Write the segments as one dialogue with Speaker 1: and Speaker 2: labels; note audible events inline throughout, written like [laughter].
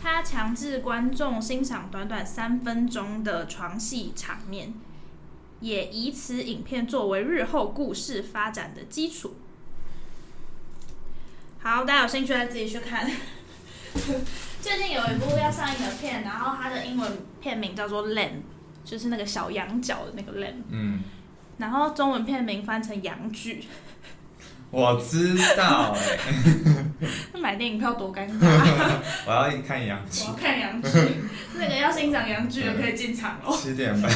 Speaker 1: 他强制观众欣赏短短三分钟的床戏场面，也以此影片作为日后故事发展的基础。好，大家有兴趣再自己去看。 [laughs] 最近有一部要上映的片，然后它的英文片名叫做《Lamb》，就是那个小羊角的那个 Lamb，
Speaker 2: 嗯，
Speaker 1: 然后中文片名翻成羊具。
Speaker 2: 我知道、欸，
Speaker 1: 买电影票多尴尬！
Speaker 2: 我要看杨
Speaker 1: 我
Speaker 2: 奇
Speaker 1: 要看洋剧，那个要欣赏洋剧的可以进场哦。
Speaker 2: 七点半。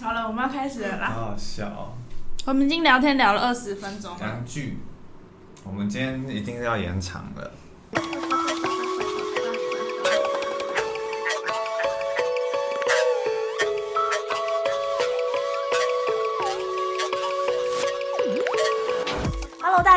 Speaker 1: 好了，我们要开始了啦。
Speaker 2: 好好笑、哦。
Speaker 1: 我们已经聊天聊了二十分钟了。
Speaker 2: 杨剧，我们今天一定是要延长了。
Speaker 1: Hello，大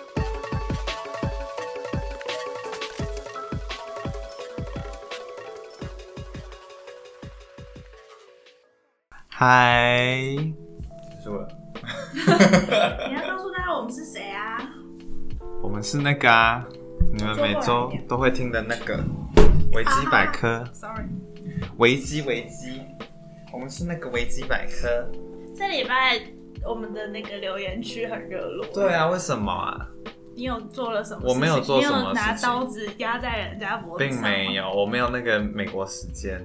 Speaker 2: 嗨，结束了。
Speaker 1: 你要告诉大家我们是谁啊？
Speaker 2: 我们是那个啊，你们每
Speaker 1: 坐过来一
Speaker 2: 周
Speaker 1: 点
Speaker 2: 都会听的那个维基百科，
Speaker 1: Sorry，
Speaker 2: 维基维基，我们是那个维基百科。
Speaker 1: 这礼拜我们的那个留言区很热络。
Speaker 2: 对啊，为什么啊？
Speaker 1: 你有做了什么事情？
Speaker 2: 我没有做什么
Speaker 1: 你有拿
Speaker 2: 事情
Speaker 1: 刀子压在人家脖子上，
Speaker 2: 并没。有，我没有那个美国时间。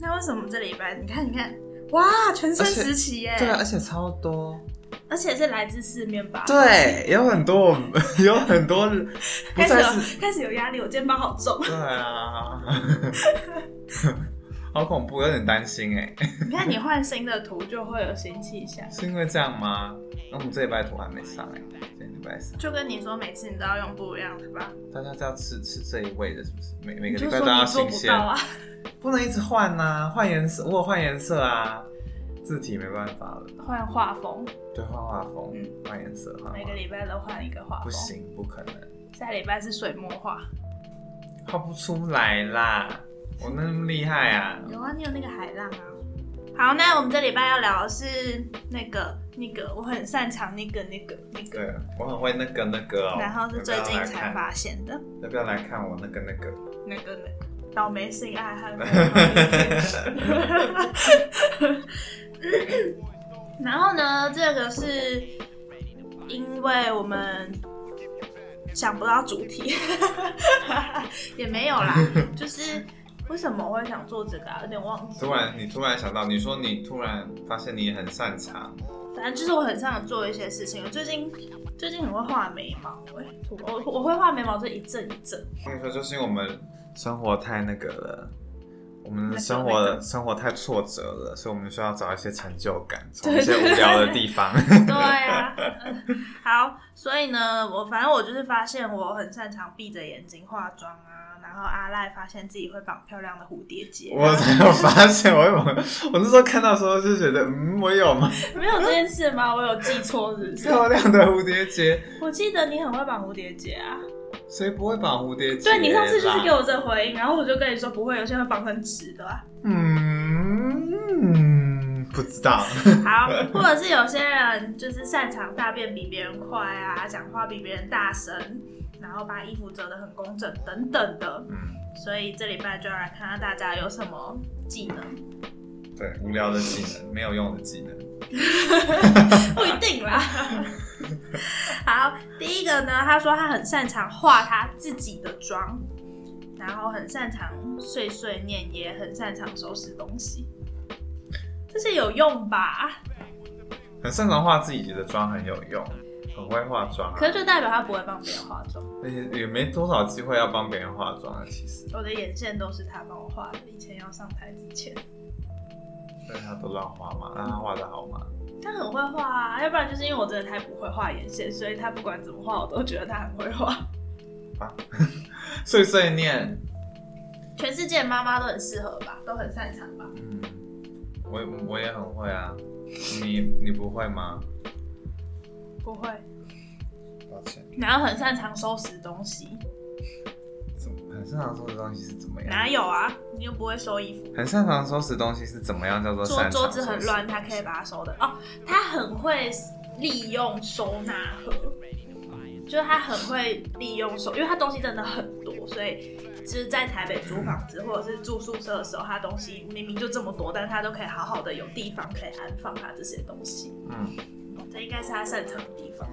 Speaker 1: 那为什么这礼拜？你看，你看，哇，全身
Speaker 2: 而且
Speaker 1: 时期耶！
Speaker 2: 对啊，而且超多。
Speaker 1: 而且是来自四面八方。
Speaker 2: 对，有很多，我 [laughs] 们有很多，不
Speaker 1: 开始
Speaker 2: 再
Speaker 1: 有
Speaker 2: 是。
Speaker 1: 开始有压力，我肩膀好
Speaker 2: [laughs]
Speaker 1: 重。
Speaker 2: 对啊，好恐怖，有点担心哎，
Speaker 1: 你看你换新的图就会有新气象，
Speaker 2: 是因为这样吗？那、我们这礼拜图还没上哎，今天礼拜三。
Speaker 1: 就跟你说每次你都要用不一样的吧，
Speaker 2: 大家都要吃吃这一味的，是不是？每每
Speaker 1: 你
Speaker 2: 个礼
Speaker 1: 就
Speaker 2: 拜
Speaker 1: 说
Speaker 2: 都要
Speaker 1: 你做
Speaker 2: 新
Speaker 1: 不
Speaker 2: 鲜，
Speaker 1: 到啊。
Speaker 2: 不能一直换呐、换颜色，我有换颜色啊，字体没办法了，
Speaker 1: 换画风，
Speaker 2: 对，换画风
Speaker 1: 嗯，
Speaker 2: 换颜色，换画
Speaker 1: 每个礼拜都换一个画
Speaker 2: 不
Speaker 1: 风。
Speaker 2: 行，不可能，
Speaker 1: 下礼拜是水墨画。
Speaker 2: 画不出来啦，我那么厉害啊，
Speaker 1: 有啊，你有那个海浪啊。好，那我们这礼拜要聊的是那个那个，我很擅长那个那个那个，
Speaker 2: 对我很会那个那个哦，
Speaker 1: 然后是最近才
Speaker 2: 吧？
Speaker 1: 发现的
Speaker 2: 要不要来看我那个那个？
Speaker 1: 那个那个倒霉性爱和美好的天使然后呢，这个是因为我们想不到主题， [laughs] 也没有
Speaker 2: [laughs]
Speaker 1: 啦，就是为什么我会想做这个、啊，有点忘记。
Speaker 2: 突然你突然想到，你说你突然发现你很擅长，
Speaker 1: 反正就是我很擅长做一些事情。我最近最近很会画眉毛、欸，我我我会画眉毛是一阵一阵。
Speaker 2: 那时候就是因为我们生活太那个了，我们
Speaker 1: 那
Speaker 2: 的
Speaker 1: 个
Speaker 2: 生活、
Speaker 1: 那个
Speaker 2: 生活太挫折了，所以我们需要找一些成就
Speaker 1: [laughs]
Speaker 2: 感，从
Speaker 1: 对
Speaker 2: 一些无聊的地方。 [laughs]
Speaker 1: 对啊、嗯好，所以呢，我反正我就是发现我很擅长闭着眼睛化妆啊，然后阿赖发现自己会绑漂亮的蝴蝶结、啊
Speaker 2: 我才有发现，我有，我那时候看到的时候就觉得，嗯，我有吗？
Speaker 1: [laughs] 没有这件事吗？我有记错是不是？
Speaker 2: [laughs] 漂亮的蝴蝶结，
Speaker 1: 我记得你很会绑蝴蝶结啊，
Speaker 2: 谁不会绑蝴蝶结？
Speaker 1: 对你上次就是给，我这回应，然后我就跟你说不会，有些会绑成直的啊。
Speaker 2: 嗯，不知道， [laughs]
Speaker 1: 好，或者是有些人就是擅长大便比别人快啊，讲话比别人大声，然后把衣服折得很工整等等的。
Speaker 2: 嗯，
Speaker 1: 所以这礼拜就要来看看大家有什么技能， [laughs]
Speaker 2: 对，无聊的技能，没有用的技能，
Speaker 1: 不一定啦。 [laughs] 好，第一个呢，他说他很擅长化他自己的妆，然后很擅长碎碎念，也很擅长收拾东西。这些有用吧？
Speaker 2: 很擅长化自己的妆，很有用，很会化妆、啊，
Speaker 1: 可是就代表他不会帮别人化妆。
Speaker 2: 而且也没多少机会要帮别人化妆啊，其实，
Speaker 1: 我的眼线都是他帮我画的，以前要上台之前，
Speaker 2: 所以他都乱画嘛，那他画的好吗？ [laughs]
Speaker 1: 他很会画啊，要不然就是因为我真的太不会画眼线，所以他不管怎么画，我都觉得他很会画。
Speaker 2: 碎碎念，
Speaker 1: 全世界的妈妈都很适合吧，都很擅长吧。
Speaker 3: 嗯，
Speaker 2: 我也我也很会啊，你你不会吗？
Speaker 1: 不会，
Speaker 2: 抱歉，
Speaker 1: 哪有很擅长收拾东西？
Speaker 2: 怎么很擅长收拾东西是怎么
Speaker 1: 哪
Speaker 2: 样？
Speaker 1: 有啊？你又不会收衣服。
Speaker 2: 很擅长收拾东西是怎么样叫做
Speaker 1: 桌
Speaker 2: 擅长
Speaker 1: 桌子
Speaker 2: 收
Speaker 1: 很
Speaker 2: 拾
Speaker 1: 乱，他可以把它收的哦。他很会利用收纳盒，就是他很会利用收，因为他东西真的很多，所以就是在台北租房子或者是住宿舍的时候，他东西明明就这么多，但他都可以好好的有地方可以安放他这些东西。
Speaker 2: 嗯，
Speaker 1: 这应该是他擅长的地方。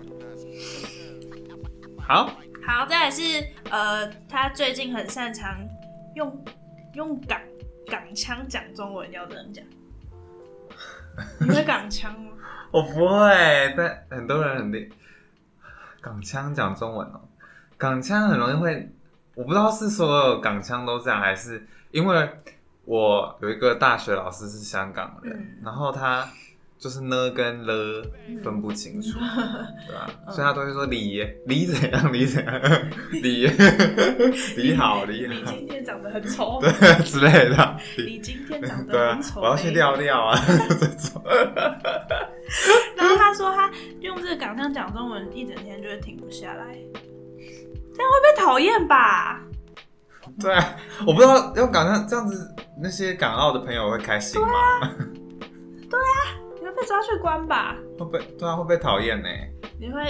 Speaker 3: 好，
Speaker 1: 好，再来是呃，他最近很擅长用用港港腔讲中文，要怎么
Speaker 2: [laughs]
Speaker 1: 讲？你会港腔吗？
Speaker 2: 我不会，但很多人很厉。港腔讲中文哦，港腔很容易会，我不知道是所有港腔都这样，还是因为我有一个大学老师是香港人，
Speaker 1: 嗯
Speaker 2: 然后他就是呢跟了
Speaker 1: 嗯
Speaker 2: 分不清楚，对吧、
Speaker 1: 嗯
Speaker 2: 所以他都会说李爷，李怎样，李怎样，李 [laughs] 爷，李好，李
Speaker 1: 你
Speaker 2: 好
Speaker 1: 今天长得很丑，
Speaker 2: 之类的，
Speaker 1: 你今天长
Speaker 2: 对
Speaker 1: 得
Speaker 2: 啊
Speaker 1: 很，丑、哎
Speaker 2: 我要去尿
Speaker 1: [laughs]
Speaker 2: 尿啊， [laughs] 这种。
Speaker 1: 然后他说他用这个港腔讲中文，一整天就会停不下来，这样会被讨厌吧？
Speaker 2: 对啊，我不知道用港上这样子，那些港澳的朋友会开心吗？
Speaker 1: 你会被抓去关吧？
Speaker 2: 会被对啊，会被讨厌呢。
Speaker 1: 你会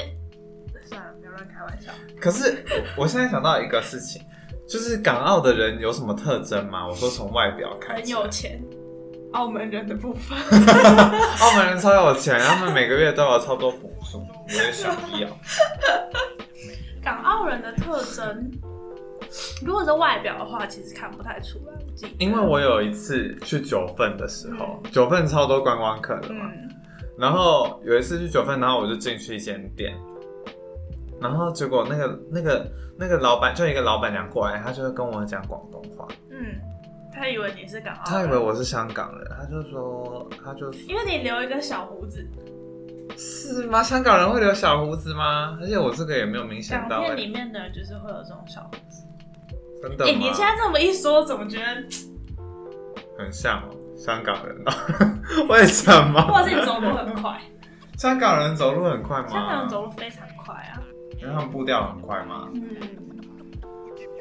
Speaker 1: 算了，不要乱开玩笑。
Speaker 2: 可是我我现在想到一个事情，就是港澳的人有什么特征吗？我说从外表看
Speaker 1: 很
Speaker 2: 起来，
Speaker 1: 有钱，澳门人的部分，
Speaker 2: 澳门人超有钱，他们每个月都有超多补助，我也想要。
Speaker 1: 港澳人的特征，如果是外表的话，其实看不太出来。我记得
Speaker 2: 因为我有一次去九份的时候，九份超多观光客的嘛，
Speaker 1: 嗯，
Speaker 2: 然后有一次去九份，然后我就进去一间店，然后结果那个那个那个老板就一个老板娘过来，她就会跟我讲广东话，
Speaker 1: 嗯，他以为你是港澳
Speaker 2: 她以
Speaker 1: 人，
Speaker 2: 为我是香港人，她就说她就
Speaker 1: 因为你留一个小胡子，
Speaker 2: 是吗？香港人会留小胡子吗？而且我这个也没有明显
Speaker 1: 港
Speaker 2: 到、
Speaker 1: 片
Speaker 2: 欸，
Speaker 1: 里面的人就是会有这种小胡子。
Speaker 2: 真
Speaker 1: 哎、
Speaker 2: 的
Speaker 1: 你
Speaker 2: 吗
Speaker 1: 现？在这么一说，怎么
Speaker 2: [laughs]
Speaker 1: 觉得，
Speaker 2: 很像哦，香港人哦， [laughs] 为什么？
Speaker 1: 或者是你走路很
Speaker 2: [laughs]
Speaker 1: 快？
Speaker 2: 香港人走路很快吗？
Speaker 1: 香港人走路非常快啊。
Speaker 2: 因为他们步调很快吗？
Speaker 1: 嗯，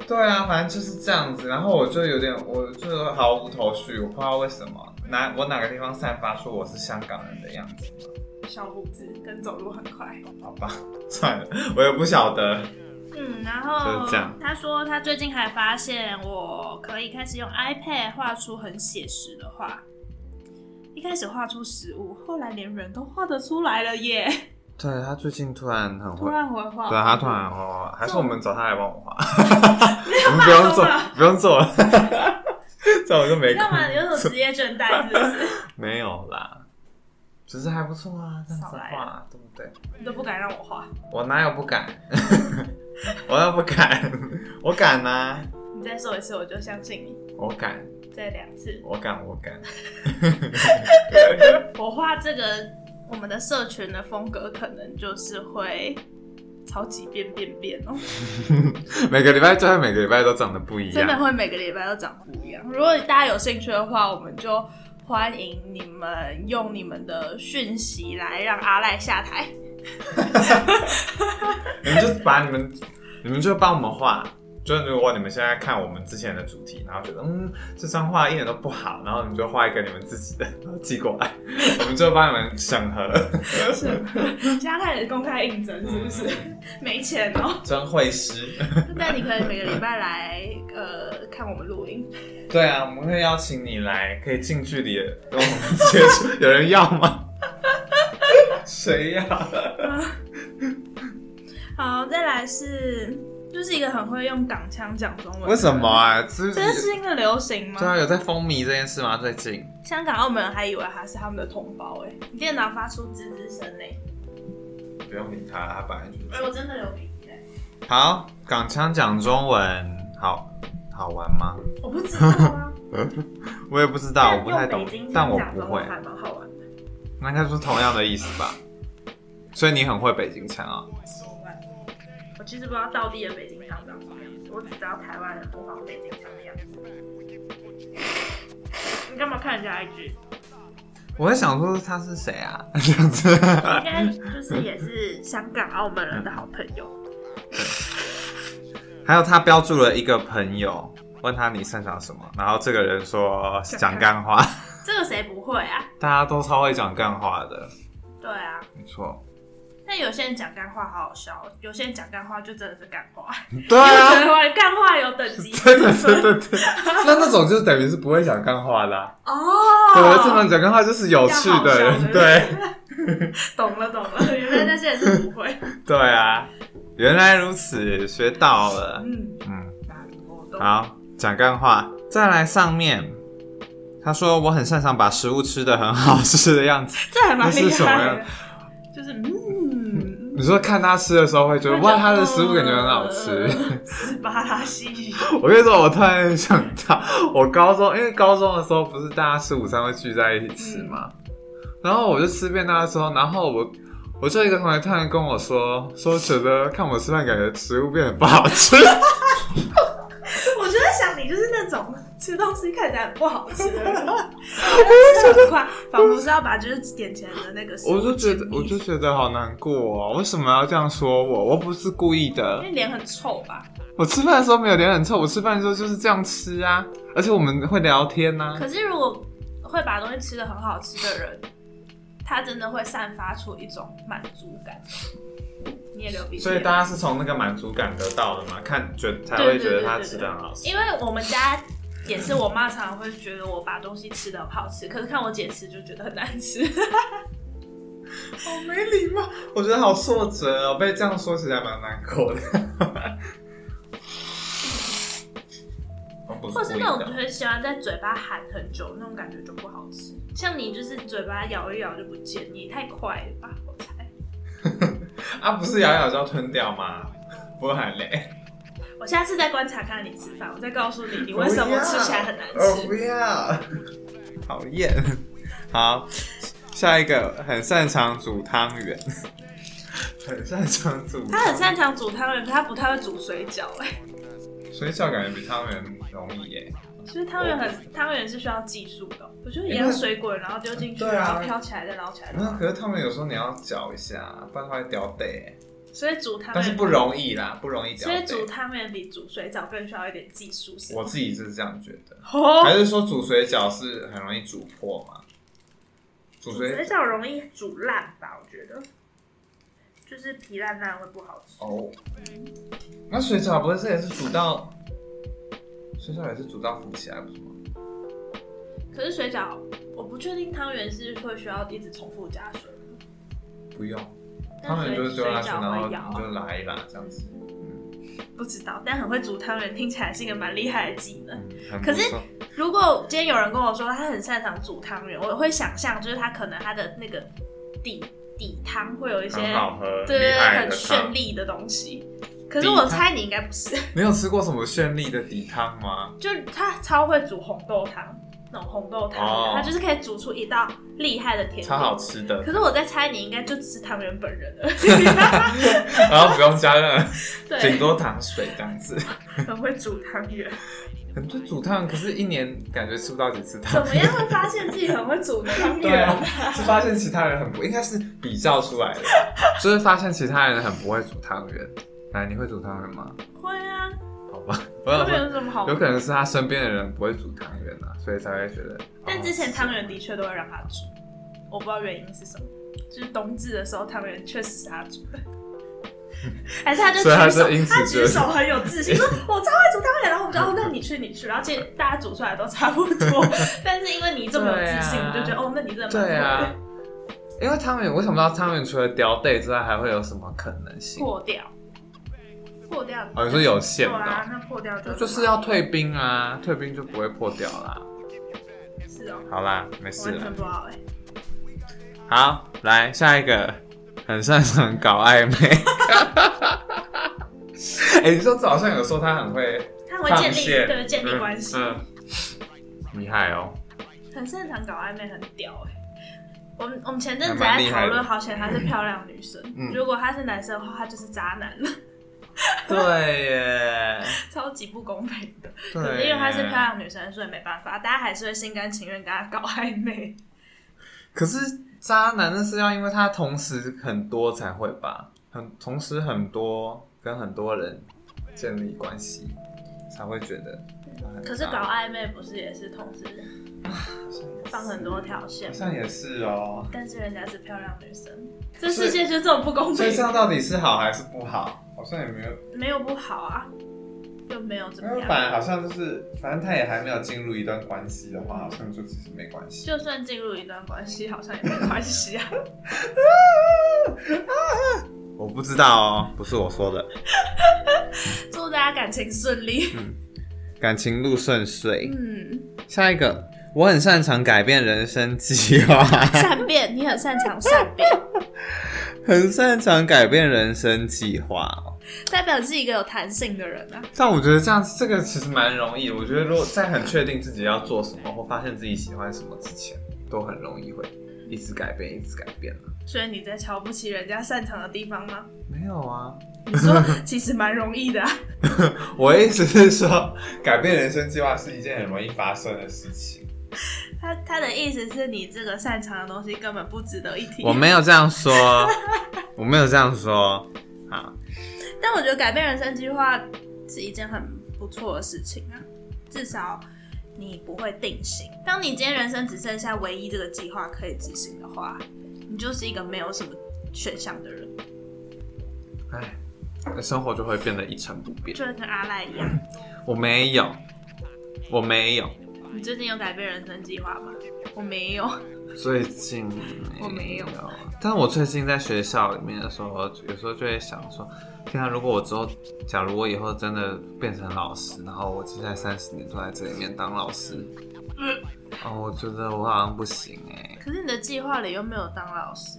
Speaker 2: 对啊，反正就是这样子。然后我就有点，我就毫无头绪，我不知道为什么哪我哪个地方散发出我是香港人的样子吗？
Speaker 1: 小胡子跟走路很快。
Speaker 2: 好吧， [laughs] 算了，我也不晓得。
Speaker 1: 嗯，然后
Speaker 2: 就是这样
Speaker 1: 他说他最近还发现我可以开始用 iPad 画出很写实的画。一开始画出食物，后来连人都画得出来了耶！
Speaker 2: [laughs] 对他最近突然很
Speaker 1: 突
Speaker 2: 会，
Speaker 1: 然会画，
Speaker 2: 对他突然哦，还是我们找他来帮
Speaker 1: [laughs]
Speaker 2: 我画，我们
Speaker 1: 画
Speaker 2: 不用
Speaker 1: 出
Speaker 2: 做
Speaker 1: 来，
Speaker 2: 不用做了， [laughs] 这样我就没
Speaker 1: 你干嘛？有
Speaker 2: 空。
Speaker 1: 种职业倦怠是不是？ [laughs]
Speaker 2: 没有啦，只是还不错啊，这样子
Speaker 1: 少来
Speaker 2: 画，对不对？
Speaker 1: 你都不敢让我画，
Speaker 2: 我哪有不敢？ [laughs] 我又不敢， [laughs] 我敢呐、
Speaker 1: 你再说一次我就相信你。
Speaker 2: 我敢。
Speaker 1: 再两次，
Speaker 2: 我敢，我敢。
Speaker 1: 我画这个我们的社群的风格，可能就是会超级变变变哦，
Speaker 2: [laughs] 每个礼拜就会每个礼拜都长得不一
Speaker 1: 真的
Speaker 2: 样。
Speaker 1: 会每个礼拜都长不一样。如果大家有兴趣的话，我们就欢迎你们用你们的讯息来让阿赖下 [laughs] 台。
Speaker 2: 你们就把你们，你们就帮我们画。就是如果你们现在看我们之前的主题，然后觉得嗯这张画一点都不好，然后你就画一个你们自己的，然后寄过来， [laughs] 我们就帮你们审核。
Speaker 1: 是，现在开始公开应征是不是？没钱 [laughs] 哦，
Speaker 2: 真会师。
Speaker 1: 那你可以每个礼拜来呃看我们录音。
Speaker 2: 对啊，我们会邀请你来，可以近距离的跟我们接触。有人要吗？ [laughs] 谁要？
Speaker 1: 好，再来是就是一个很会用港腔讲中文，
Speaker 2: 为什么？啊？这
Speaker 1: 这是一个流行吗？
Speaker 2: 对啊，有在风靡这件事吗？最近？
Speaker 1: 香港、澳门人还以为他是他们的同胞哎、你电脑发出吱吱声哎，
Speaker 2: 不用理他，他本来就是。
Speaker 1: 我真的有鼻哎、
Speaker 2: 好，港腔讲中文，好好玩吗？
Speaker 1: 我不知道啊，
Speaker 2: 嗯我也不知道，我
Speaker 1: 但
Speaker 2: 不太
Speaker 1: 用
Speaker 2: 懂
Speaker 1: 北京，
Speaker 2: 但
Speaker 1: 腔
Speaker 2: 我
Speaker 1: 讲
Speaker 2: 不
Speaker 1: 中
Speaker 2: 会
Speaker 1: 文，还蛮好玩的。
Speaker 2: 那应该是同样的意思吧？所以你很会北京腔啊？
Speaker 1: 我其实不知道道地的北京腔常长什么样子，我只知道台湾的播放背景长什么样子。你干嘛看人家 IG？
Speaker 2: 我在想说他是谁啊？这样子， [laughs]
Speaker 1: 应该就是也是香港、澳门人的好朋友。
Speaker 2: 还有他标注了一个朋友，问他你擅长什么，然后这个人说讲干话，
Speaker 1: 这个谁不会啊？
Speaker 2: 大家都超会讲干话的，
Speaker 1: 对啊，
Speaker 2: 没错。
Speaker 1: 但有些人讲干话好好笑哦，有些人讲干话就真的是干话。
Speaker 2: [laughs] 对
Speaker 1: 我觉
Speaker 2: 啊，
Speaker 1: 得我的干话有等级之
Speaker 2: 真的是
Speaker 1: 分
Speaker 2: 对对。 [laughs] 那那种就等于是不会讲干话的啊、
Speaker 1: 哦。
Speaker 2: 对，这种讲干话就是有趣的人，
Speaker 1: 比较好笑
Speaker 2: 对 [laughs]
Speaker 1: [laughs] 懂了懂了，原来那些人是不会。
Speaker 2: 对啊，原来如此，学到了，
Speaker 1: 嗯，
Speaker 2: 嗯。
Speaker 1: 哪里我懂。
Speaker 2: 好，讲干话，再来上面。他说我很擅长把食物吃的很好吃的样子。
Speaker 1: 这还蛮
Speaker 2: 那
Speaker 1: 厉
Speaker 2: 是什么
Speaker 1: 害
Speaker 2: 呀
Speaker 1: 的，就是嗯，
Speaker 2: 你说看他吃的时候会觉得哇，他的食物感觉很好吃。
Speaker 1: 呃斯巴达西，
Speaker 2: [laughs] 我跟你说，我突然想到，我高中因为高中的时候不是大家吃午餐会聚在一起吃嘛，然后我就吃便当的时候，然后我我就一个同学突然跟我说，说觉得看我吃饭感觉食物变得不
Speaker 1: [laughs]
Speaker 2: 好吃。
Speaker 1: 我就在想你就是那种吃东西看起来很不好吃的人，吃得很快，仿佛是要把就是点钱的那个食物
Speaker 2: 我就觉得
Speaker 1: 清，理
Speaker 2: 我就觉得好难过哦，为什么要这样说我？我不是故意的
Speaker 1: 因。为脸很臭吧。
Speaker 2: 我吃饭的时候没有脸很臭，我吃饭的时候就是这样吃啊，而且我们会聊天啊呐、
Speaker 1: 可是如果会把东西吃的很好吃的人，他真的会散发出一种满足感。你也流鼻
Speaker 2: 所
Speaker 1: 血
Speaker 2: 以。大家是从那个满足感得到的嘛，看觉才
Speaker 1: 对
Speaker 2: 会
Speaker 1: 对
Speaker 2: 觉得
Speaker 1: 对
Speaker 2: 它
Speaker 1: 对
Speaker 2: 吃
Speaker 1: 对
Speaker 2: 的很好吃。
Speaker 1: 因为我们家也是，我妈常常会觉得我把东西吃的很好吃，可是看我姐吃就觉得很难
Speaker 2: [laughs]
Speaker 1: 吃。
Speaker 2: 好没礼貌，我觉得好挫折哦，被这样说起来蛮难过的。 [laughs] 我哦不
Speaker 1: 或是
Speaker 2: 故意
Speaker 1: 那种
Speaker 2: 的
Speaker 1: 很喜欢在嘴巴含很久那种感觉就不好吃。像你就是嘴巴咬一咬就不见，你也太快了吧？我猜，
Speaker 2: 啊，不是咬咬就要吞掉吗？ [laughs] 不喊嘞，
Speaker 1: 我下次再观察看你吃饭，我再告诉你你为什么吃起来很难
Speaker 2: 我哦不
Speaker 1: 吃。
Speaker 2: 要，讨厌。 [laughs] 好，下一个很擅长煮汤圆， [laughs] 很擅长煮汤圆。
Speaker 1: 他很擅长煮汤圆，可他不太会煮水饺哎、
Speaker 2: 水饺感觉比汤圆容易耶。
Speaker 1: 其实汤圆很汤圆是需要技术的，我觉得也要水滚，然后丢进去，
Speaker 2: 对啊
Speaker 1: 然后飘起来再捞起来。
Speaker 2: 那啊可是汤圆有时候你要搅一下，不然它会掉底耶。
Speaker 1: 所以煮汤
Speaker 2: 但是
Speaker 1: 圆
Speaker 2: 不容易啦，不容易掉
Speaker 1: 所以煮
Speaker 2: 底。
Speaker 1: 汤圆比煮水饺更需要一点技术，是吗
Speaker 2: 我自己是这样觉得，还
Speaker 1: 哦，
Speaker 2: 是说煮水饺是很容易煮破嘛？煮
Speaker 1: 煮水
Speaker 2: 水
Speaker 1: 饺容易煮烂吧？我觉得，就是皮烂烂会不好吃。
Speaker 2: 哦，那水饺不是也是煮到水饺也是煮到浮起来不是吗？
Speaker 1: 可是水饺，我不确定汤圆是会需要一直重复加水，
Speaker 2: 不用，
Speaker 1: 但
Speaker 2: 汤圆就是
Speaker 1: 水
Speaker 2: 丢下去，
Speaker 1: 饺
Speaker 2: 然后
Speaker 1: 会
Speaker 2: 你
Speaker 1: 咬啊，嗯
Speaker 2: 就拉一拉这样子，
Speaker 1: 不知道。但很会煮汤圆，听起来是一个蛮厉害的技能。
Speaker 2: 嗯，很不
Speaker 1: 可是
Speaker 2: 错。
Speaker 1: 如果今天有人跟我说他很擅长煮汤圆，我会想象就是他可能他的那个底底汤会有一些
Speaker 2: 很好喝，
Speaker 1: 对对
Speaker 2: 厉
Speaker 1: 对
Speaker 2: 害
Speaker 1: 很
Speaker 2: 的
Speaker 1: 绚
Speaker 2: 汤。
Speaker 1: 丽的东西。可是
Speaker 2: 底
Speaker 1: 我
Speaker 2: 汤
Speaker 1: 猜你应该不是，
Speaker 2: 你有吃过什么绚丽的底汤吗？
Speaker 1: 就是他超会煮红豆汤，那种红豆汤，
Speaker 2: 哦
Speaker 1: 他就是可以煮出一道厉害的甜
Speaker 2: 超好
Speaker 1: 点。
Speaker 2: 吃的，
Speaker 1: 可是我在猜你应该就吃汤圆本
Speaker 2: [laughs]
Speaker 1: 人了，
Speaker 2: 然后不用加任何，顶
Speaker 1: 对，
Speaker 2: 多糖水这样子。 [laughs]
Speaker 1: 很会煮汤圆。
Speaker 2: 很多煮汤，可是一年感觉吃不到几次
Speaker 1: 怎
Speaker 2: 汤。
Speaker 1: 么样会发现自己很会煮汤
Speaker 2: 对
Speaker 1: 圆？
Speaker 2: 啊， [laughs] 是发现其他人很不，应该是比较出 [laughs] 来的，就是发现其他人很不会煮汤圆。来，你会煮汤圆吗？
Speaker 1: 会啊，
Speaker 2: 好吧，我
Speaker 1: 汤
Speaker 2: 想
Speaker 1: 圆
Speaker 2: 说，
Speaker 1: 有什么好
Speaker 2: 有？可能是他身边的人不会煮汤圆啊，所以才会觉得。
Speaker 1: 但之前
Speaker 2: 哦
Speaker 1: 汤圆的确都会让他煮，我不知道原因是什么。就是冬至的时候，汤圆确实是他煮的， [laughs] 还是他就举
Speaker 2: 所以他
Speaker 1: 手
Speaker 2: 是因，此
Speaker 1: 他
Speaker 2: 觉
Speaker 1: 举
Speaker 2: 得
Speaker 1: 手很有自信，
Speaker 2: [laughs]
Speaker 1: 说我超会煮汤圆，然后我们就哦，那你去你去，然后其实大家煮出来都差不多， [laughs] 但是因为你这么有自信，
Speaker 2: 对啊
Speaker 1: 我就觉得哦，那你真的蛮
Speaker 2: 对
Speaker 1: 会
Speaker 2: 啊
Speaker 1: 的，
Speaker 2: 因为汤圆，我想不到汤圆除了掉队之外还会有什么可能性？
Speaker 1: 破掉，破掉，
Speaker 2: 哦，你说有馅
Speaker 1: 对啊
Speaker 2: 的，
Speaker 1: 那破掉就
Speaker 2: 哦，
Speaker 1: 是
Speaker 2: 就是要退冰啊，退冰就不会破掉啦。
Speaker 1: 是哦，
Speaker 2: 好啦，没
Speaker 1: 我
Speaker 2: 事
Speaker 1: 完
Speaker 2: 了
Speaker 1: 全。不知道哎、
Speaker 2: 好，来下一个，很擅长搞暧 [laughs] 昧。哎、你说早上有说他很会
Speaker 1: 他很
Speaker 2: 放
Speaker 1: 会建立
Speaker 2: 线，
Speaker 1: 对建立关系，
Speaker 2: 嗯，嗯厉害哦。
Speaker 1: 很擅长搞暧昧，很屌哎、我们我们前阵子
Speaker 2: 还
Speaker 1: 还
Speaker 2: 蛮厉
Speaker 1: 在
Speaker 2: 害
Speaker 1: 讨
Speaker 2: 的
Speaker 1: 论，好险她是漂亮女生，
Speaker 2: 嗯
Speaker 1: 如果她是男生的话，他就是渣男了。 [laughs]
Speaker 2: 对耶，
Speaker 1: 超级不公平的。
Speaker 2: 对
Speaker 1: 可是因为她是漂
Speaker 2: 耶
Speaker 1: 亮女生，所以没办法，大家还是会心甘情愿跟她搞暧昧。
Speaker 2: 可是渣男那是要因为他同时很多才会吧，很同时很多跟很多人建立关系，才会觉得他很渣。
Speaker 1: 可是搞暧昧不是也是同时放很多条线吗？
Speaker 2: 好像也是哦。
Speaker 1: 但是人家是漂亮女生，这世界就这么不公
Speaker 2: 所以这
Speaker 1: 平，
Speaker 2: 样到底是好还是不好？好像也没有，
Speaker 1: 没有不好啊，又没有怎
Speaker 2: 因
Speaker 1: 么
Speaker 2: 为
Speaker 1: 样。
Speaker 2: 反正好像就是，反正他也还没有进入一段关系的话，好像就其实没关系。
Speaker 1: 就算进入一段关系，好像也没关系啊。 [laughs]
Speaker 2: 我不知道哦，不是我说的，
Speaker 1: 祝大家感情顺利。
Speaker 2: 嗯感情路顺遂。
Speaker 1: 嗯，
Speaker 2: 下一个，我很擅长改变人生计划， [laughs]
Speaker 1: [laughs] 善变，你很擅长善变，
Speaker 2: 很擅长改变人生计划哦。
Speaker 1: 代表你是一个有弹性的人啊。
Speaker 2: 但我觉得这样，这个其实蛮容易。我觉得如果在很确定自己要做什么，或发现自己喜欢什么之前，都很容易会一直改变，一直改变啊
Speaker 1: 所以你在瞧不起人家擅长的地方 [laughs] 吗？
Speaker 2: 没有啊，
Speaker 1: 你说其实蛮容易的、啊，
Speaker 2: 我的意思是说，改变人生计划是一件很容易发生的事情。
Speaker 1: [laughs] 他他的意思是你这个擅长的东西根本不值得一提。
Speaker 2: [laughs] 我没有这样 [laughs] 说，我没有这样说。好，
Speaker 1: 但我觉得改变人生计划是一件很不错的事情啊，至少你不会定型。当你今天人生只剩下唯一这个计划可以执行的话，你就是一个没有什么选项的人，
Speaker 2: 哎，生活就会变得一成不变。
Speaker 1: 就会跟阿赖一样。
Speaker 2: 我没有，我没有，
Speaker 1: 你最近有改变人生计划吗？我没有，
Speaker 2: 最近
Speaker 1: 我没有，
Speaker 2: 但我最近在学校里面的时候，有时候就会想说，天啊，如果我之后，假如我以后真的变成老师，然后我接下来三十年都在这里面当老师，
Speaker 1: 嗯
Speaker 2: 哦，我觉得我好像不行哎、
Speaker 1: 可是你的计划里又没有当老师，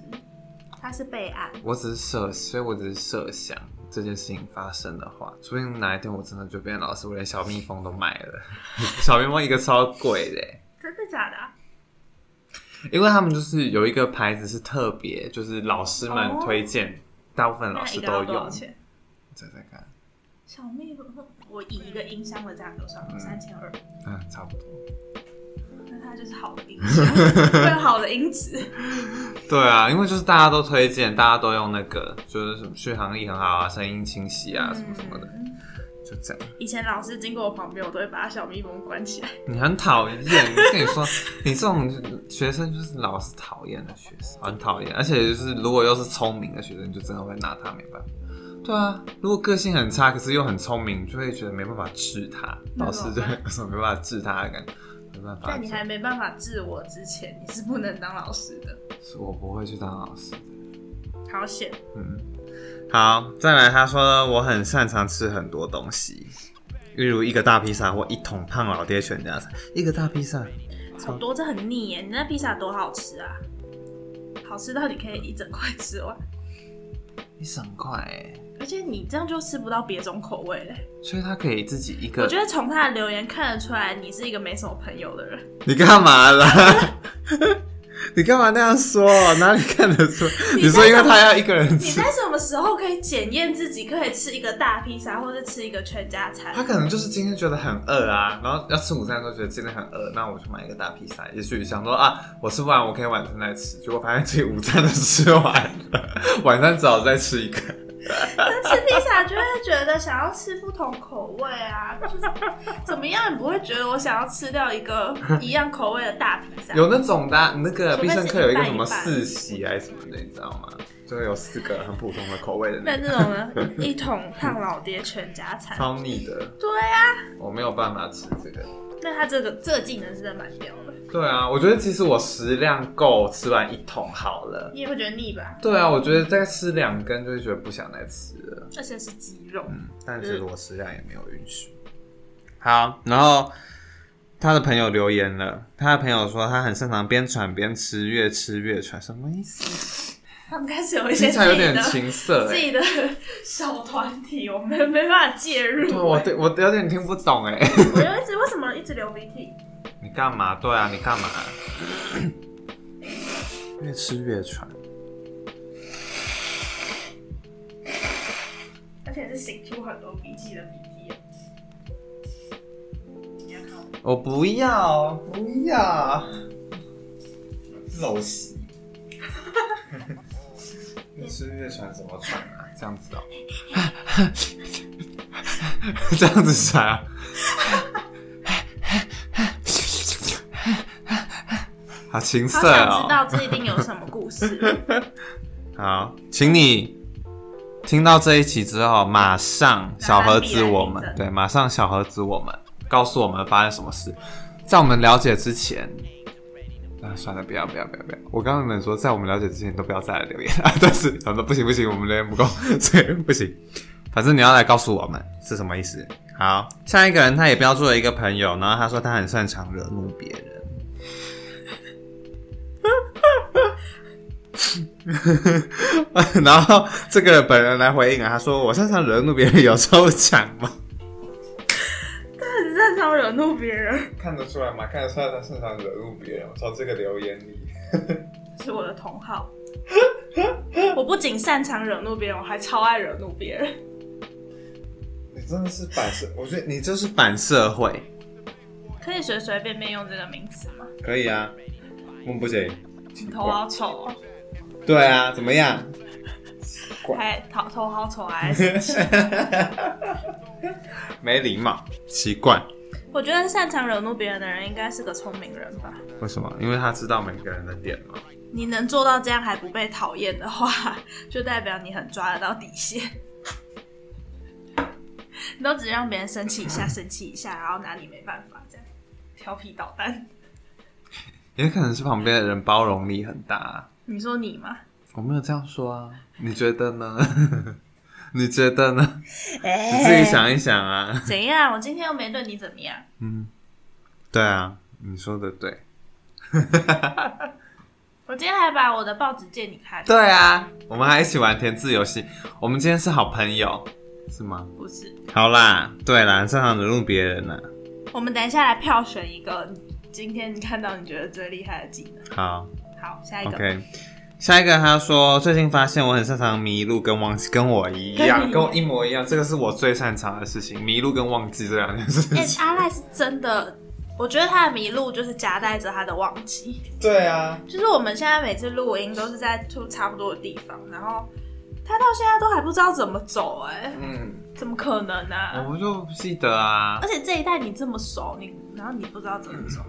Speaker 1: 他是备案。
Speaker 2: 我只是设，所以我只是设想这件事情发生的话，说不定哪一天我真的就变老师，我连小蜜蜂都卖了， [laughs] 小蜜蜂一个超贵的欸、
Speaker 1: 真的假的啊、
Speaker 2: 因为他们就是有一个牌子是特别，就是老师们
Speaker 1: 哦
Speaker 2: 推荐，大部分老
Speaker 1: 那
Speaker 2: 师
Speaker 1: 一个
Speaker 2: 都
Speaker 1: 要多少
Speaker 2: 用。
Speaker 1: 钱？
Speaker 2: 再再看，
Speaker 1: 小蜜蜂，我以一个音箱的价格算了，
Speaker 2: 嗯
Speaker 1: 三千二，
Speaker 2: 嗯，差不多。
Speaker 1: 那它就是好的音
Speaker 2: [laughs]
Speaker 1: 箱，更好的音质。
Speaker 2: 对啊，因为就是大家都推荐，大家都用那个，就是什么续航力很好啊，声音清晰啊，什么什么的，
Speaker 1: 嗯
Speaker 2: 就这样。
Speaker 1: 以前老师经过我旁边，我都会把小蜜蜂关起来。
Speaker 2: 你很讨厌，我跟你说， [laughs] 你这种学生就是老是讨厌的学生，很讨厌。而且就是如果又是聪明的学生，你就真的会拿他没办法。对啊，如果个性很差，可是又很聪明，就会觉得没办法治他，
Speaker 1: 那
Speaker 2: 老
Speaker 1: 怎
Speaker 2: 师
Speaker 1: 么
Speaker 2: 就
Speaker 1: 办
Speaker 2: 有什么没办法治他的感觉，没办法治。
Speaker 1: 在你还没办法治我之前，你是不能当老师的。
Speaker 2: 是我不会去当老师的。
Speaker 1: 好险，
Speaker 2: 嗯，好，再来，他说我很擅长吃很多东西，例如一个大披萨或一桶胖老爹全家餐，一个大披萨，
Speaker 1: 好多这很腻耶！你那披萨多好吃啊，好吃到你可以一整块吃完，
Speaker 2: 一整块欸，
Speaker 1: 而且你这样就吃不到别种口味嘞。
Speaker 2: 所以他可以自己一个。
Speaker 1: 我觉得从他的留言看得出来，你是一个没什么朋友的
Speaker 2: [laughs]
Speaker 1: 人。
Speaker 2: 你干嘛啦？ [laughs] 你干嘛那样说？哪里看得出？
Speaker 1: [laughs] 你
Speaker 2: 你说因
Speaker 1: 在
Speaker 2: 为
Speaker 1: 干嘛
Speaker 2: 他要一个人
Speaker 1: 你
Speaker 2: 吃，
Speaker 1: 在什么时候可以检验自己可以吃一个大披萨，或者吃一个全家餐？
Speaker 2: [laughs] 他可能就是今天觉得很饿啊，然后要吃午餐的时候觉得今天很饿，那我就买一个大披萨。也许想说啊，我吃不完我可以晚餐再吃，结果发现自己午餐都吃完了，晚上只好再吃一
Speaker 1: [laughs]
Speaker 2: 个。
Speaker 1: 那吃披萨就会觉得想要吃不同口味啊，就是怎么样，你不会觉得我想要吃掉一
Speaker 2: [laughs]
Speaker 1: 个一样口味的大披萨？
Speaker 2: 有那种的啊、你那个
Speaker 1: 除
Speaker 2: 必
Speaker 1: 非是
Speaker 2: 胜客有一个什么
Speaker 1: 一半一半
Speaker 2: 四喜还是什么的，你知道吗？就是有四个很普通的口味的
Speaker 1: 那
Speaker 2: 那个，
Speaker 1: 这种呢，一桶胖老爹全家餐。
Speaker 2: 超腻的，
Speaker 1: 对啊，
Speaker 2: 我没有办法吃这个。
Speaker 1: 那他这个这个技能真的蛮屌的，
Speaker 2: 对啊，我觉得其实我食量够，吃完一桶好了。
Speaker 1: 你也会觉得腻吧？
Speaker 2: 对啊，我觉得再吃两根就会觉得不想再吃了。
Speaker 1: 而且是鸡肉，
Speaker 2: 嗯，但
Speaker 1: 其实
Speaker 2: 我食量也没有允许。好，然后他的朋友留言了，他的朋友说他很擅长边喘边吃，越吃越喘，什么意思？
Speaker 1: 他们开始有一些
Speaker 2: 听起
Speaker 1: 自
Speaker 2: 来有
Speaker 1: 己
Speaker 2: 点
Speaker 1: 的
Speaker 2: 情色、
Speaker 1: 自
Speaker 2: 欸。
Speaker 1: 己的 [laughs] 小团体，我们没办法介入
Speaker 2: 对，。我对我有点听不懂哎、 [laughs]
Speaker 1: 我就一直为什么一直流鼻涕？
Speaker 2: 你干嘛？对啊，你干嘛？越吃越喘。
Speaker 1: 而且是醒出很多笔记的笔记。你要看我？
Speaker 2: 我哦不要，不要，陋 [laughs] 习。你是不是传什么传啊？这样 [laughs] 子哦、这样子传、 [laughs] 啊。好情
Speaker 1: 好
Speaker 2: 色
Speaker 1: 想
Speaker 2: 哦
Speaker 1: 知、道这一定有什么故事。
Speaker 2: 好，请你听到这一期之后，马上小盒子我们
Speaker 1: 拿来比来比，着
Speaker 2: 对，马上小盒子我们，告诉我们发生什么事。在我们了解之前，啊，算了，不要不要不要不要！我刚刚们说，在我们了解之前都不要再来留言 [laughs] 啊，但是想说不行不行，我们留言不够，所以不行。反正你要来告诉我们是什么意思。好，下一个人他也标注了一个朋友，然后他说他很擅长惹怒别人。 [laughs] 然后这个本人来回应啊，他说：“我擅长惹怒别人，有时候讲吗
Speaker 1: 他很擅长惹怒别人，？”
Speaker 2: 看得出来吗？看得出来他擅长惹怒别人。我从这个留言里，
Speaker 1: 是我的同好。我不仅擅长惹怒别人，我还超爱惹怒别人。
Speaker 2: 你真的是反社，我觉得你就是反社会。
Speaker 1: 可以随随便便用这个名词吗？
Speaker 2: 可以啊，孟不姐，
Speaker 1: 你头好丑哦，
Speaker 2: 对啊，怎么样？ [laughs] 怪
Speaker 1: 还头头好丑还 [laughs] 是？
Speaker 2: 没礼貌，奇怪，
Speaker 1: 我觉得擅长惹怒别人的人应该是个聪明人吧。
Speaker 2: 为什么？因为他知道每个人的点嘛。
Speaker 1: 你能做到这样还不被讨厌的话， [laughs] 就代表你很抓得到底线。 [laughs] 你都只让别人生气一下，生气一下，然后拿你没办法，这样调皮捣蛋。
Speaker 2: 也可能是旁边的人包容力很大、啊。
Speaker 1: 你说你吗？
Speaker 2: 我没有这样说啊，你觉得呢？ [laughs] 你觉得呢？你自己想一想啊。
Speaker 1: 怎样？我今天又没对你怎么样。
Speaker 2: 嗯，对啊，你说的对。
Speaker 1: 我今天还把我的报纸借你看，
Speaker 2: [laughs] 对啊，我们还一起玩填字游戏。我们今天是好朋友，是吗？
Speaker 1: 不是？
Speaker 2: 好啦，对啦，擅长惹怒别人啊啦。
Speaker 1: 我们等一下来票选一个你今天你看到你觉得最厉害的技能。
Speaker 2: 好
Speaker 1: 好，下一个。
Speaker 2: ，OK。下一个他说，最近发现我很擅长迷路跟忘记，跟我一
Speaker 1: 跟
Speaker 2: 样，
Speaker 1: 你
Speaker 2: 跟我一模一样。这个是我最擅长的事情，迷路跟忘记这两件事
Speaker 1: 哎、 [laughs]
Speaker 2: 情。
Speaker 1: 阿赖是真的，我觉得他的迷路就是夹带着他的忘记。
Speaker 2: 对啊，
Speaker 1: 就是我们现在每次录音都是在就差不多的地方，然后他到现在都还不知道怎么走、哎，
Speaker 2: 嗯，
Speaker 1: 怎么可能呢、
Speaker 2: 我们就不记得啊
Speaker 1: 而。且这一代你这么熟，你然后你不知道怎么走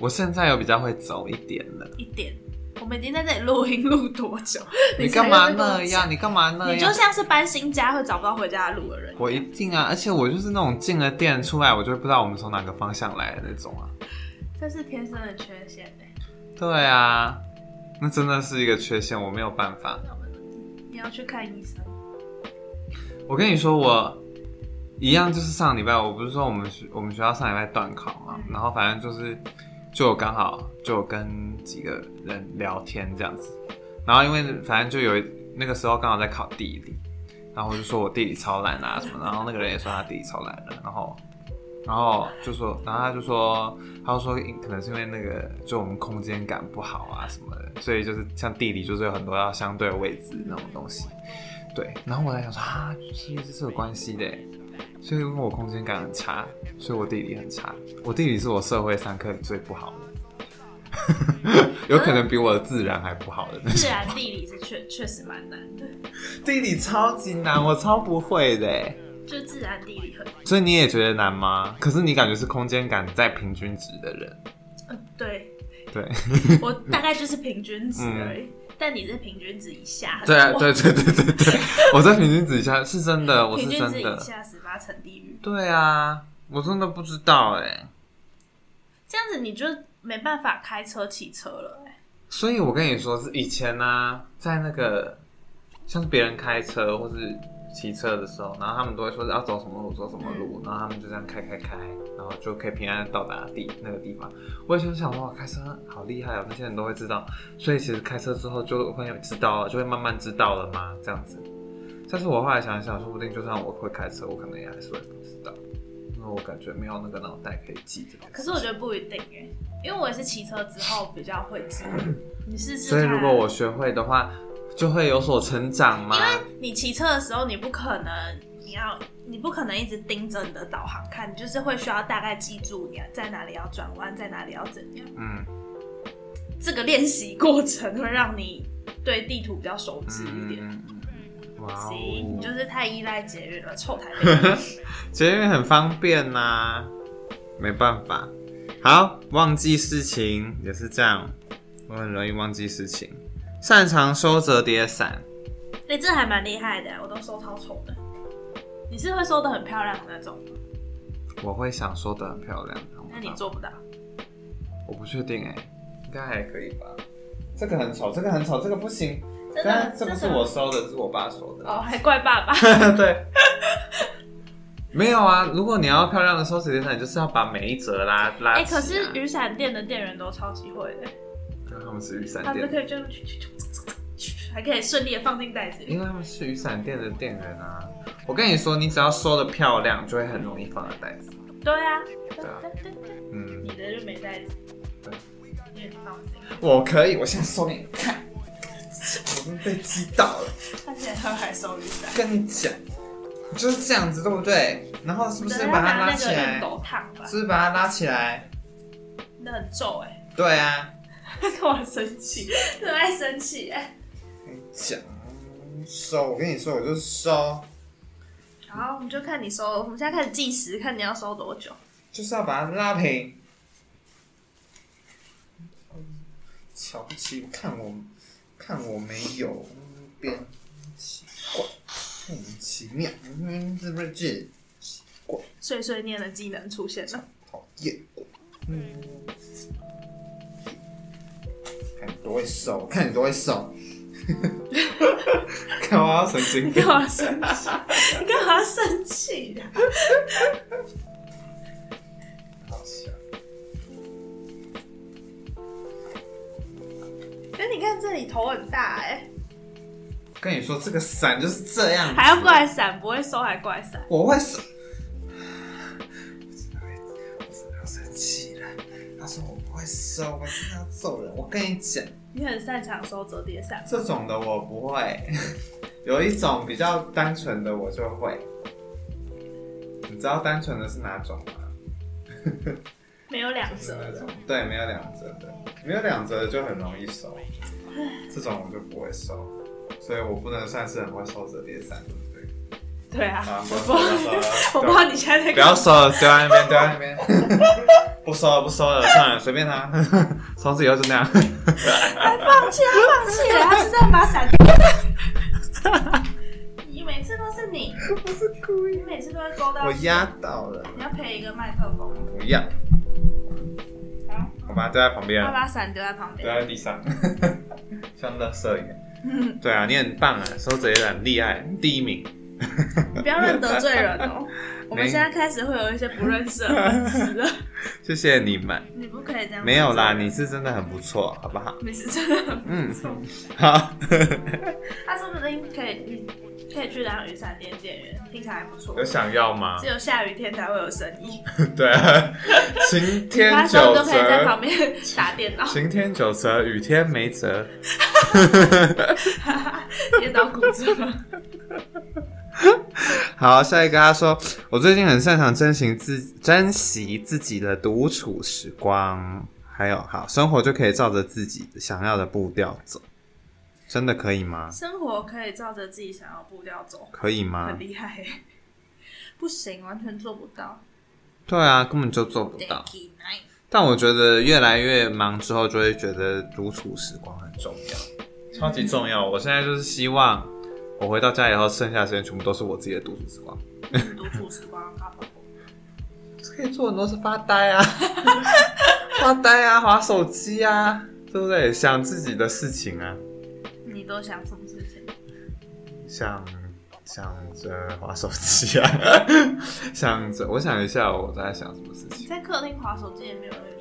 Speaker 2: 我现在有比较会走一点
Speaker 1: [laughs]
Speaker 2: 了。
Speaker 1: 一点，我们已经在这里录音录多久？
Speaker 2: 你
Speaker 1: 才
Speaker 2: 干嘛
Speaker 1: 在这跟我
Speaker 2: 那样？你干嘛那样？
Speaker 1: 你就像是搬新家会找不到回家的路的人，
Speaker 2: 我一定啊，而且我就是那种进了店出来，我就会不知道我们从哪个方向来的那种啊。
Speaker 1: 这是天生的缺陷、哎，
Speaker 2: 对啊，那真的是一个缺陷，我没有办法。
Speaker 1: 你要去看医生。
Speaker 2: 我跟你说，我一样就是上礼拜，我不是说我们学我们学校上礼拜断考嘛，
Speaker 1: 嗯
Speaker 2: 然后反正就是就有刚好就有跟几个人聊天这样子，然后因为反正就有一那个时候刚好在考地理，然后我就说我地理超烂啊什么，然后那个人也说他地理超烂的，然后。然后就说，然后他就说，他就说可能是因为那个，就我们空间感不好啊什么的，所以就是像地理就是有很多要相对位置那种东西。对，然后我在想说啊，其实这是有关系的耶，所以因为我空间感很差，所以我地理很差，我地理是我社会上课里最不好的， [laughs] 有可能比我的自然还不好的那种。
Speaker 1: 自然地理是确确实蛮难的，
Speaker 2: 地理超级难，我超不会的耶，
Speaker 1: 就自然地理很，
Speaker 2: 所以你也觉得难吗？可是你感觉是空间感在平均值的人，
Speaker 1: 呃、对
Speaker 2: 对，
Speaker 1: 我
Speaker 2: 嗯
Speaker 1: 大概就是平均值而已，但你是平均值以下。
Speaker 2: [laughs] 对啊，
Speaker 1: 我
Speaker 2: 对对对对对，我在平均值以下是真的，我是
Speaker 1: 平均值
Speaker 2: 真
Speaker 1: 以
Speaker 2: 的，
Speaker 1: 下十八层地狱，
Speaker 2: 对啊，我真的不知道哎。
Speaker 1: 这样子你就没办法开车、骑车了、欸。
Speaker 2: 所以我跟你说，是以前呢、在那个像是别人开车或是骑车的时候，然后他们都会说要走什么路，走什么路，
Speaker 1: 嗯
Speaker 2: 然后他们就这样开开开，然后就可以平安地到达地那个地方。我以前想哇，开车好厉害哦，那些人都会知道，所以其实开车之后就会有知道了，就会慢慢知道了嘛，这样子。但是我后来想一想，说不定就算我会开车，我可能也还是会不知道，因为我感觉没有那个脑袋可以记这个。
Speaker 1: 可是我觉得不一定哎、因为我也是骑车之后比较会
Speaker 2: [laughs]
Speaker 1: 骑。你试试
Speaker 2: 所
Speaker 1: 看。
Speaker 2: 以如果我学会的话，就会有所成长嘛。
Speaker 1: 你骑车的时候，你不可能你要你不可能一直盯着你的导航看，你就是会需要大概记住你在哪里要转弯，在哪里要怎样。
Speaker 2: 嗯，
Speaker 1: 这个练习过程会让你对地图比较熟知一点。
Speaker 2: 嗯嗯嗯哇哦，
Speaker 1: 行，你就是太依赖节日了，臭
Speaker 2: [laughs]
Speaker 1: 台北。
Speaker 2: 捷运很方便呐、没办法。好，忘记事情也是这样，我很容易忘记事情。擅长收折叠伞，
Speaker 1: 哎、这还蛮厉害的，我都收超丑的。你是会收的很漂亮的那种吗，
Speaker 2: 我会想收的很漂亮。
Speaker 1: 那你做不到。
Speaker 2: 我不确定哎、应该还可以吧。这个很丑，这个很丑，这个不行。
Speaker 1: 真的
Speaker 2: 但，这不是
Speaker 1: 真的
Speaker 2: 我收的，是我爸收
Speaker 1: [laughs]
Speaker 2: 的。
Speaker 1: 哦，还怪爸
Speaker 2: [laughs]
Speaker 1: 爸。
Speaker 2: 对。没有啊，如果你要漂亮的收折叠伞，你就是要把每一折拉拉
Speaker 1: 哎、
Speaker 2: 起、啊。
Speaker 1: 可是雨伞店的店员都超级会的，
Speaker 2: 他们是雨伞
Speaker 1: 他
Speaker 2: 店
Speaker 1: 们可以就去去去去去，还可以顺利的放进袋子里。
Speaker 2: 因为他们是雨伞店的店员啊。我跟你说，你只要收的漂亮，就会很容易放在袋子。
Speaker 1: 对啊，
Speaker 2: 啊嗯，
Speaker 1: 你的就没袋子
Speaker 2: 对，
Speaker 1: 你也放心。
Speaker 2: 我可以，我现在收给你看。我真被击倒了，
Speaker 1: 他现在他还收雨伞，
Speaker 2: 跟你讲，就是这样子，对不对？然后是不是
Speaker 1: 等
Speaker 2: 把
Speaker 1: 啊他
Speaker 2: 它
Speaker 1: 拿
Speaker 2: 拉
Speaker 1: 那
Speaker 2: 起
Speaker 1: 个熨
Speaker 2: 来？
Speaker 1: 斗烫吧，
Speaker 2: 是不是把它拉起来？
Speaker 1: 那很皱哎、 [laughs]
Speaker 2: 对啊，
Speaker 1: 他干嘛生气？真的爱生气哎、
Speaker 2: 跟你讲，收，我跟你说，我就收，
Speaker 1: 好，我们就看你收，我们现在开始计时，看你要收多久。
Speaker 2: 就是要把它拉平。哦瞧不起，看我，看我没有，边奇怪，莫名其妙，嗯，是不是？
Speaker 1: 碎碎念的技能出现 [laughs] 了，
Speaker 2: 讨厌，嗯，看你多会收，看你多会收， [laughs] 看我要神
Speaker 1: [laughs]
Speaker 2: 经
Speaker 1: 你干嘛生气？你干嘛生气啊呀、
Speaker 2: 好笑。
Speaker 1: 可是哎你看这里头很大哎、
Speaker 2: 跟你说，这个伞就是这样子，
Speaker 1: 还要怪伞，不会收还怪伞。
Speaker 2: 我会生，我真的要生气了。他说我不会收，我真的要揍人。我跟你讲，
Speaker 1: 你很擅长收折叠伞，
Speaker 2: 这种的我不会， [laughs] 有一种比较单纯的我就会。你知道单纯的是哪种吗？
Speaker 1: 没有两
Speaker 2: 是
Speaker 1: 折
Speaker 2: 那种
Speaker 1: 的。
Speaker 2: 对，没有两折的，没有两折的就很容易收。这种我就不会收，所以我不能算是很会收折叠伞，对不对？
Speaker 1: 对啊，
Speaker 2: 啊
Speaker 1: 我
Speaker 2: 不要收了
Speaker 1: 不， [laughs] 我不知道你现在在
Speaker 2: [laughs] 不要
Speaker 1: 干嘛。
Speaker 2: 收了，丢在那边，丢在那边。 [laughs] 不收了，不收了，算了，随便他。 [laughs] 从此以后就那样。
Speaker 1: 还哎放弃，他放弃了，他是在把伞。 [laughs] 你每次都是你，
Speaker 2: 不是故
Speaker 1: 你。每次都会勾到。
Speaker 2: [laughs] 我压倒了，
Speaker 1: 你要配一个麦克风。
Speaker 2: 不要，
Speaker 1: 好，
Speaker 2: 我把它丢在旁边
Speaker 1: 他
Speaker 2: 了，
Speaker 1: 把伞丢在旁
Speaker 2: 丢
Speaker 1: 边。
Speaker 2: 在地上， [laughs] 像垃圾一样。
Speaker 1: 嗯，
Speaker 2: 对啊，你很棒啊，收折也很厉害，第一名。
Speaker 1: 你 [laughs] 不要乱得罪人
Speaker 2: [laughs]
Speaker 1: 哦。我们现在开始会有一些不认识的粉丝了，
Speaker 2: 谢谢你们。
Speaker 1: [laughs] 你不可以这样。
Speaker 2: 没有啦，你是真的很不错，好不 [laughs] 好？
Speaker 1: 你是真的很
Speaker 2: 嗯
Speaker 1: 不错。
Speaker 2: 好，
Speaker 1: 他说不定可以，你可以去当雨伞店店员，听起来还不错
Speaker 2: 有。想要吗
Speaker 1: 只？有下雨天才会有生意，
Speaker 2: 对啊， [laughs] 晴
Speaker 1: 他
Speaker 2: 天
Speaker 1: 时候
Speaker 2: 九
Speaker 1: 都可以在旁
Speaker 2: 折，
Speaker 1: 边打电
Speaker 2: [laughs]
Speaker 1: 脑，
Speaker 2: 晴天九折，雨天没折。
Speaker 1: 电脑骨折。
Speaker 2: 好，下一个他说，我最近很擅长珍惜自珍惜自己的独处时光，还有好生活就可以照着自己想要的步调走，真的可以吗？
Speaker 1: 生活可以照着自己想要步调走，
Speaker 2: 可以吗
Speaker 1: 很？厉害耶、不行，完全做不到。
Speaker 2: 对啊，根本就做不到。
Speaker 1: Day night
Speaker 2: 但我觉得越来越忙之后，就会觉得独处时光很重要，超级重要。我现在就是希望我回到家以后，剩下的时间全部都是我自己的独处时光。
Speaker 1: 嗯独处时光好不好？
Speaker 2: 可以做很多事，发呆啊， [laughs] 发呆啊，划手机啊，对不对？想自己的事情啊，
Speaker 1: 你都想什么事情？
Speaker 2: 想想着划手机啊， [laughs] 想着我想一下我在想什么事
Speaker 1: 你
Speaker 2: 情。
Speaker 1: 在客厅划手机也没有人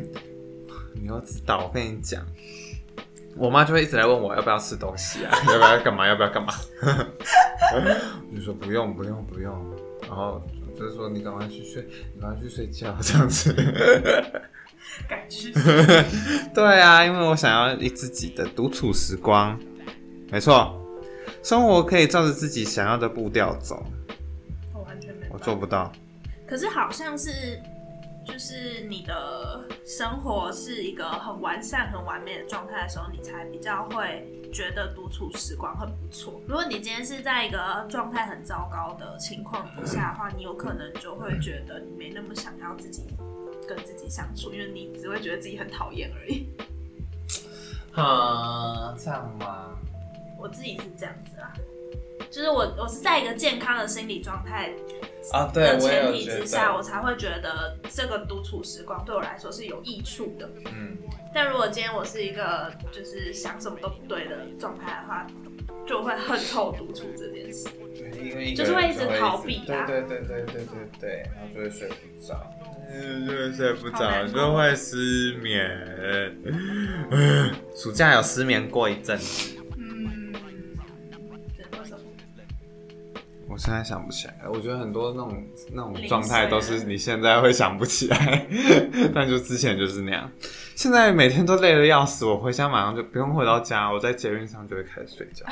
Speaker 1: 理你啊。
Speaker 2: 你要知道，我跟你讲，我妈就会一直来问我要不要吃东西啊， [laughs] 要不要干嘛，要不要干嘛。 [laughs] 我就说不用不用不用，然后就是说你赶快去睡，你赶快去睡觉这样子。
Speaker 1: 感觉
Speaker 2: 对啊，因为我想要一自己的独处时光。没错，
Speaker 3: 生活可以照着自己想要的步调走，
Speaker 1: 我完全没办法
Speaker 3: 我做不到。
Speaker 1: 可是好像是，就是你的生活是一个很完善、很完美的状态的时候，你才比较会觉得独处时光很不错。如果你今天是在一个状态很糟糕的情况底下的话，你有可能就会觉得你没那么想要自己跟自己相处，因为你只会觉得自己很讨厌而已。
Speaker 2: 啊，这样吗？
Speaker 1: 我自己是这样子啊，就是我我是在一个健康的心理状态
Speaker 2: 啊，对，
Speaker 1: 的
Speaker 2: 我也
Speaker 1: 前
Speaker 2: 有
Speaker 1: 提
Speaker 2: 觉
Speaker 1: 之
Speaker 2: 得，
Speaker 1: 下，我才会觉得这个独处时光对我来说是有益处的。
Speaker 2: 嗯，
Speaker 1: 但如果今天我是一个就是想什么都不对的状态的话，就会恨透独处这件事。
Speaker 2: 因为一个
Speaker 1: 就是会一直
Speaker 2: 人就
Speaker 1: 逃避啊
Speaker 2: 对对对对对对对，然后就会睡不着，
Speaker 3: 嗯
Speaker 2: 就会睡不
Speaker 1: 好
Speaker 2: 着，
Speaker 1: 难哦过
Speaker 2: 就会失眠。唉 [laughs] 暑假有失眠过一阵子，
Speaker 1: 嗯，对，为什么？
Speaker 2: 我现在想不起来。我觉得很多那种那种
Speaker 1: 零碎啊
Speaker 2: 状态都是你现在会想不起来， [laughs] 但就之前就是那样。现在每天都累得要死，我回家马上就不用回到家，我在捷运上就会开始睡
Speaker 1: [laughs]
Speaker 2: 觉，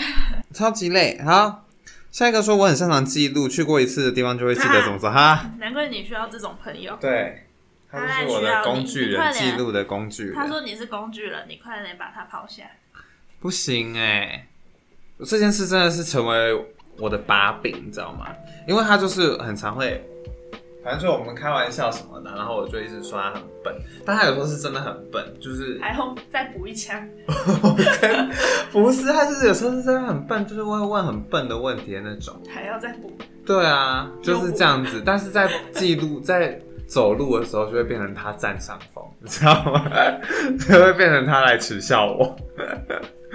Speaker 2: 超级累。好，下一个说我很擅长记录，去过一次的地方就会记得怎么走哈。
Speaker 1: 难怪你需要这种朋友。
Speaker 2: 对，他就是我的工具
Speaker 1: 他来
Speaker 2: 人，
Speaker 1: 需要你
Speaker 2: 记录的工具
Speaker 1: 他
Speaker 2: 人。
Speaker 1: 说你是工具人，你快点把他抛下。
Speaker 2: 不行哎、这件事真的是成为我的把柄，你知道吗？因为他就是很常会，反正就我们开玩笑什么的，然后我就一直说他很笨，但他有时候是真的很笨，就是
Speaker 1: 还要再补一枪，
Speaker 2: 不是他就是有时候是真的很笨，就是会问很笨的问题的那种。
Speaker 1: 还要再补。
Speaker 2: 对啊，就是这样子。但是在记录在走路的时候，就会变成他占上风，你知道吗？ [laughs] 就会变成他来耻笑我。 [laughs]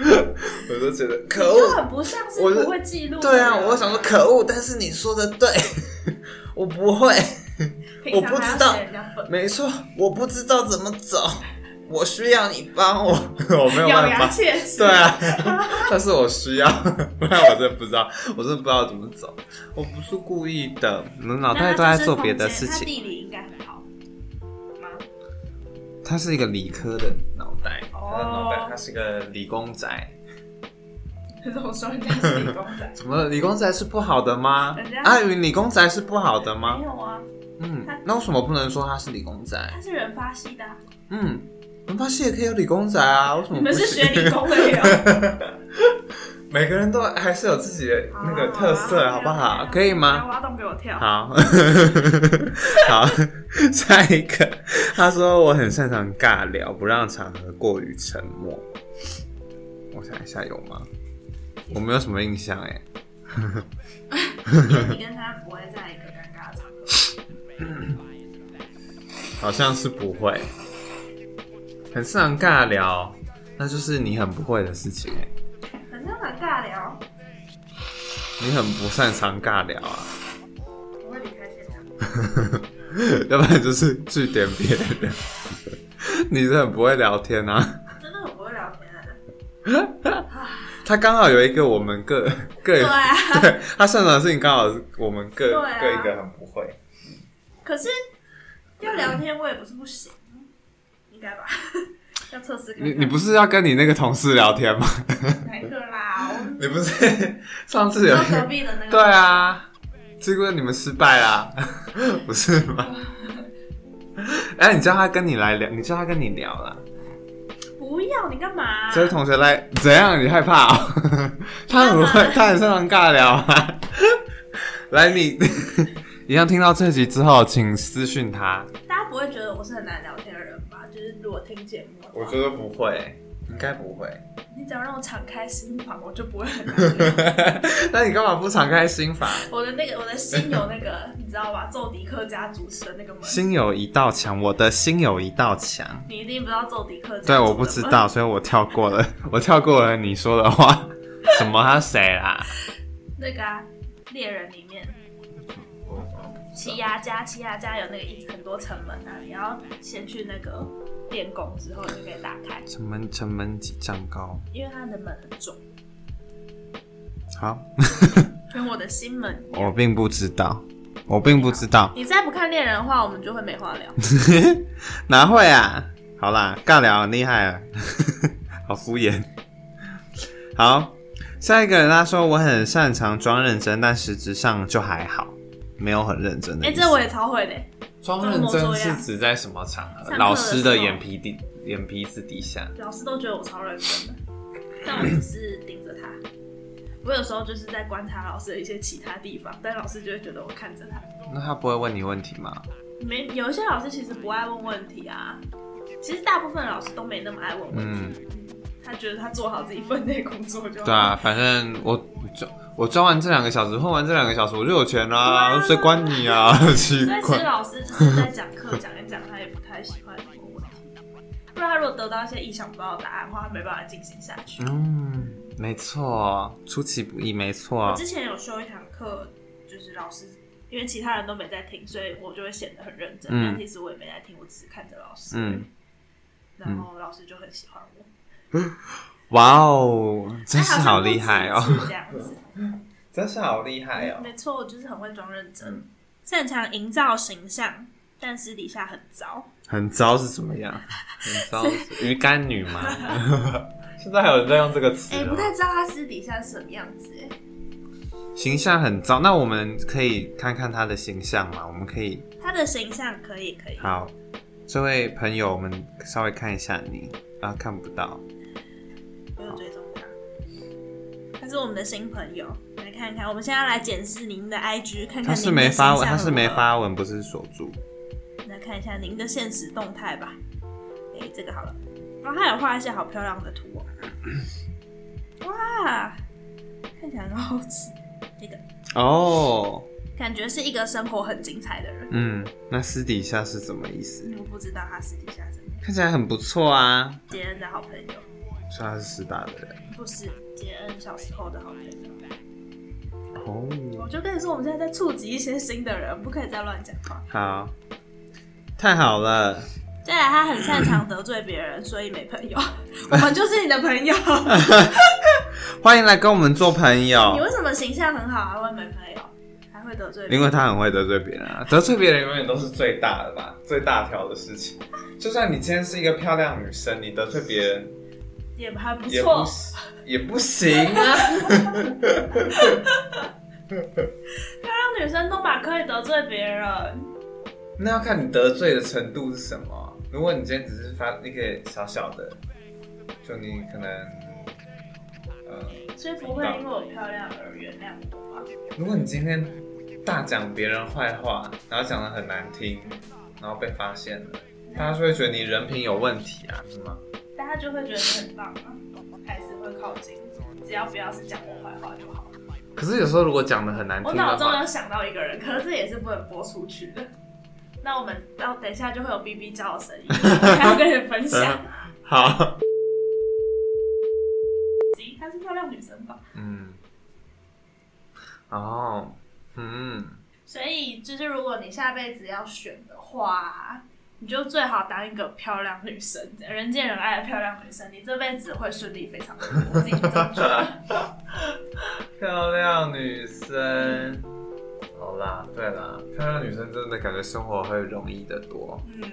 Speaker 2: 我就觉得可
Speaker 1: 就
Speaker 2: 恶，
Speaker 1: 很不像是
Speaker 2: 我是
Speaker 1: 不会记录的
Speaker 2: 对
Speaker 1: 人。
Speaker 2: 啊，我想说可恶，但是你说的对， [laughs] 我不会，
Speaker 1: 平常
Speaker 2: 我不
Speaker 1: 还要
Speaker 2: 知道
Speaker 1: 写人家本
Speaker 2: 没错，我不知道怎么走，我需要你帮我， [laughs] 我没有
Speaker 1: 咬
Speaker 2: 办
Speaker 1: 牙
Speaker 2: 法。
Speaker 1: 切齿。
Speaker 2: 对啊， [laughs] 但是我需要， [laughs] 不然我真的不知道，我真的不知道怎么走，我不是故意的，我的脑
Speaker 1: 那他
Speaker 2: 袋哦都在
Speaker 1: 就是
Speaker 2: 做别
Speaker 1: 空
Speaker 2: 的
Speaker 1: 间
Speaker 2: 事
Speaker 1: 他
Speaker 2: 情。
Speaker 1: 地理应该很好吗？ [laughs]
Speaker 2: 他是一个理科的脑袋，
Speaker 1: 哦
Speaker 2: 他的脑袋，他是个理工宅。
Speaker 1: 可是我说人家是理工仔，
Speaker 2: 怎么了理工宅是不好的吗
Speaker 1: 人家？
Speaker 2: 阿云，理工宅是不好的 [laughs] 吗
Speaker 1: 没？有啊，
Speaker 2: 嗯，那为什么不能说他是理工宅？
Speaker 1: 他是人发系的啊、
Speaker 2: 嗯，文发系也可以有理工宅啊，为什么不行？
Speaker 1: 你们是学理工的哟。
Speaker 2: [laughs] 每个人都还是有自己的 [laughs] 那
Speaker 1: 啊
Speaker 2: 个特色，好
Speaker 1: [laughs]
Speaker 2: 不好？可以吗？
Speaker 1: 挖洞给我 [laughs] 跳。
Speaker 2: 好， [laughs] 好， [laughs] 下一个，他说我很擅长尬聊，不让场合过于沉默。我想一下有吗？我没有什么印象哎、
Speaker 1: 因为你跟他不会在一个尴尬的场合。
Speaker 2: 好像是不会。很擅长尬聊，那就是你很不会的事情哎、
Speaker 1: 反正很尬聊，
Speaker 2: 你很不擅长尬聊啊，
Speaker 1: 不会离开现场。
Speaker 2: [laughs] 要不然就是据点别人。 [laughs] 你是很不会聊天啊。
Speaker 1: 真的很不会聊天、啊。
Speaker 2: 他刚好有一个我们各各
Speaker 1: 对啊，
Speaker 2: 对 [laughs] 他擅长的事情刚好是我们各、
Speaker 1: 对啊
Speaker 2: 各一个很不会。
Speaker 1: 可是要聊天我也不是不行，应该吧？ [laughs] 要测试看看。
Speaker 2: 你你不是要跟你那个同事聊天吗？ [laughs]
Speaker 1: 哪一个啦？我们
Speaker 2: 你不是上次有
Speaker 1: 坐
Speaker 2: 一
Speaker 1: 隔
Speaker 2: 个
Speaker 1: 壁的那个。
Speaker 2: 对。啊，结果你们失败啦， [laughs] 不是
Speaker 1: [laughs]
Speaker 2: 吗？哎、你叫他跟你来聊，你叫他跟你聊啦。
Speaker 1: 不要，你干嘛、
Speaker 2: 这位同学来怎样？你害怕、 [laughs] 哦？他很会
Speaker 1: 干嘛，
Speaker 2: 他很擅长尬聊啊。来，你 [laughs] 一样听到这集之后，请私讯他。
Speaker 1: 大家不会觉得我是很难聊天的人吧？就是如果听节目的话，
Speaker 2: 我觉得不会，应该不会。
Speaker 1: 你只要让我敞开心房，我就不会很难聊。
Speaker 2: [laughs] 那你干嘛不敞开心房？
Speaker 1: 我的那个，我的心有那个，你知道吧？奏迪克家主持的那个门，
Speaker 2: 心有一道墙，我的心有一道墙。
Speaker 1: 你一定不知道奏迪克家。
Speaker 2: 对，我不知。道，所以我跳过了，我跳过了你说的话。什么？他谁啊啦？
Speaker 1: 那个啊猎、人里面，奇亚家，奇亚家有那个一很多城门啊，你要先去那个练功之后，你就可以打开，
Speaker 2: 城门城门几丈高？
Speaker 1: 因为它的门很重，
Speaker 2: 好，
Speaker 1: 跟我的心门一样。
Speaker 2: 我并不知道，我并不知道，
Speaker 1: 你再不看猎人的话，我们就会没话
Speaker 2: [laughs]
Speaker 1: 聊。
Speaker 2: 哪会啊？好 [laughs] 啦，尬聊很厉害啊，好敷衍。好，下一个人他说我很擅长装认真，但实质上就还好，没有很认真的
Speaker 1: 哎、
Speaker 2: 意思。
Speaker 1: 这我也超会的、
Speaker 2: 装认真是指在什么场
Speaker 1: 上课
Speaker 2: 合？
Speaker 1: 的时候
Speaker 2: 老师的眼皮底眼皮子底下。
Speaker 1: 老师都觉得我超认真的，但我只是盯着他。我有时候就是在观察老师的一些其他地方，但老师就会觉得我看着他。
Speaker 2: 那他不会问你问题吗？
Speaker 1: 没有一些老师其实不爱问问题啊，其实大部分老师都没那么爱问问题。
Speaker 2: 嗯，
Speaker 1: 他觉得他做好自己分内工作就好。[laughs]
Speaker 2: 对啊，反正我抓我抓完这两个小时，混完这两个小时，我就有钱啦、
Speaker 1: 对啊
Speaker 2: 谁管你
Speaker 1: [laughs]
Speaker 2: 啊？奇
Speaker 1: 所以其实
Speaker 2: 怪。
Speaker 1: 老师就是在讲课讲一讲，他也不太喜欢问问题。不然他如果得到一些意想不到的答案的话，他没办法进行下去。
Speaker 2: 嗯，没错，出其不意，没
Speaker 1: 我
Speaker 2: 错。
Speaker 1: 之前有修一堂课，就是老师因为其他人都没在听，所以我就会显得很认真。
Speaker 2: 嗯
Speaker 1: 但其实我也没在听，我只是看着老师。
Speaker 2: 嗯，
Speaker 1: 然后老师就很喜欢我，
Speaker 2: 哇哦，真是
Speaker 1: 哎
Speaker 2: 好
Speaker 1: 像不
Speaker 2: 厉害哦！
Speaker 1: 止一次这样
Speaker 2: [laughs]
Speaker 1: 子，嗯
Speaker 2: 真是好厉害哦
Speaker 1: 没错，我就是很会装认真
Speaker 2: 嗯，
Speaker 1: 擅长营造形象，但私底下很糟。
Speaker 2: 很糟是怎么样？很糟，鱼干女吗？ [laughs] 现在还有人在用这个词哦
Speaker 1: 哎、
Speaker 2: 了
Speaker 1: 不太知道他私底下是什么样子、哎。
Speaker 2: 形象很糟，那我们可以看看他的形象嘛？我们可以
Speaker 1: 他的形象可以可以，
Speaker 2: 好，这位朋友，我们稍微看一下你啊，看不到，
Speaker 1: 我有追踪他。他是我们的新朋友，来看看。我们现在要来检视您的 IG，看看您
Speaker 2: 他
Speaker 1: 的
Speaker 2: 是没发
Speaker 1: 形
Speaker 2: 文，
Speaker 1: 象
Speaker 2: 他是没
Speaker 1: 如何。
Speaker 2: 发文，不是锁住。
Speaker 1: 来看一下您的现实动态吧。哎、这个好了。然后他有画一些好漂亮的图哦、哇，看起来很好吃。那个
Speaker 2: 哦，
Speaker 1: 感觉是一个生活很精彩的人。
Speaker 2: 嗯，那私底下是什么意思？
Speaker 1: 我不知道他私底下怎么样。
Speaker 2: 看起来很不错啊，
Speaker 1: 杰恩的好朋友，
Speaker 2: 说他是师大的人。
Speaker 1: 不是杰恩小时候的好朋友。
Speaker 2: 哦，
Speaker 1: 我就跟你说，我们现在在触及一些新的人，不可以再乱讲话。
Speaker 2: 好，太好了，
Speaker 1: 再来，他很擅长得罪别人，所以没朋友。我们就是你的朋友。
Speaker 2: 欢迎来跟我们做朋友
Speaker 1: 你。为什么形象很好还会没朋友，还会得罪别
Speaker 2: 因
Speaker 1: 人？
Speaker 2: 为他很会得罪别人啊，得罪别人永远都是最大的吧，最大条的事情。就算你今天是一个漂亮女生，你得罪别人
Speaker 1: 也还不
Speaker 2: 也不
Speaker 1: 错，
Speaker 2: 行也不行啊。 [laughs]
Speaker 1: 漂亮女生都嘛可以得罪别人。
Speaker 2: 那要看你得罪的程度是什么。如果你今天只是发一个小小的，就你可能，呃，
Speaker 1: 所以不会因为我漂亮而原谅我吧？
Speaker 2: 如果你今天大讲别人坏话，然后讲的很难听，然后被发现了，大家就会觉得你人品有问题啊，是吗？
Speaker 1: 大家就会觉得你很棒啊，还是会靠近，只要不要是讲我坏话就好。
Speaker 2: 可是有时候如果讲的很难
Speaker 1: 我
Speaker 2: 听
Speaker 1: 脑
Speaker 2: 的
Speaker 1: 中有
Speaker 2: 话，
Speaker 1: 想到一个人，可是这也是不能播出去的。那我们到等一下就会有 B B 叫的声音，我还要跟你分享。
Speaker 2: 好，
Speaker 1: 她是漂亮女生吧？
Speaker 2: [laughs] 嗯，哦，嗯， [laughs]
Speaker 1: 所以就是如果你下辈子要选的话，你就最好当一个漂亮女生，人见人爱的漂亮女生，你这辈子会顺利非常多。我自己就这么觉得。
Speaker 2: 漂亮女生。好啦，对啦，漂亮女生真的感觉生活会容易得多，
Speaker 1: 嗯，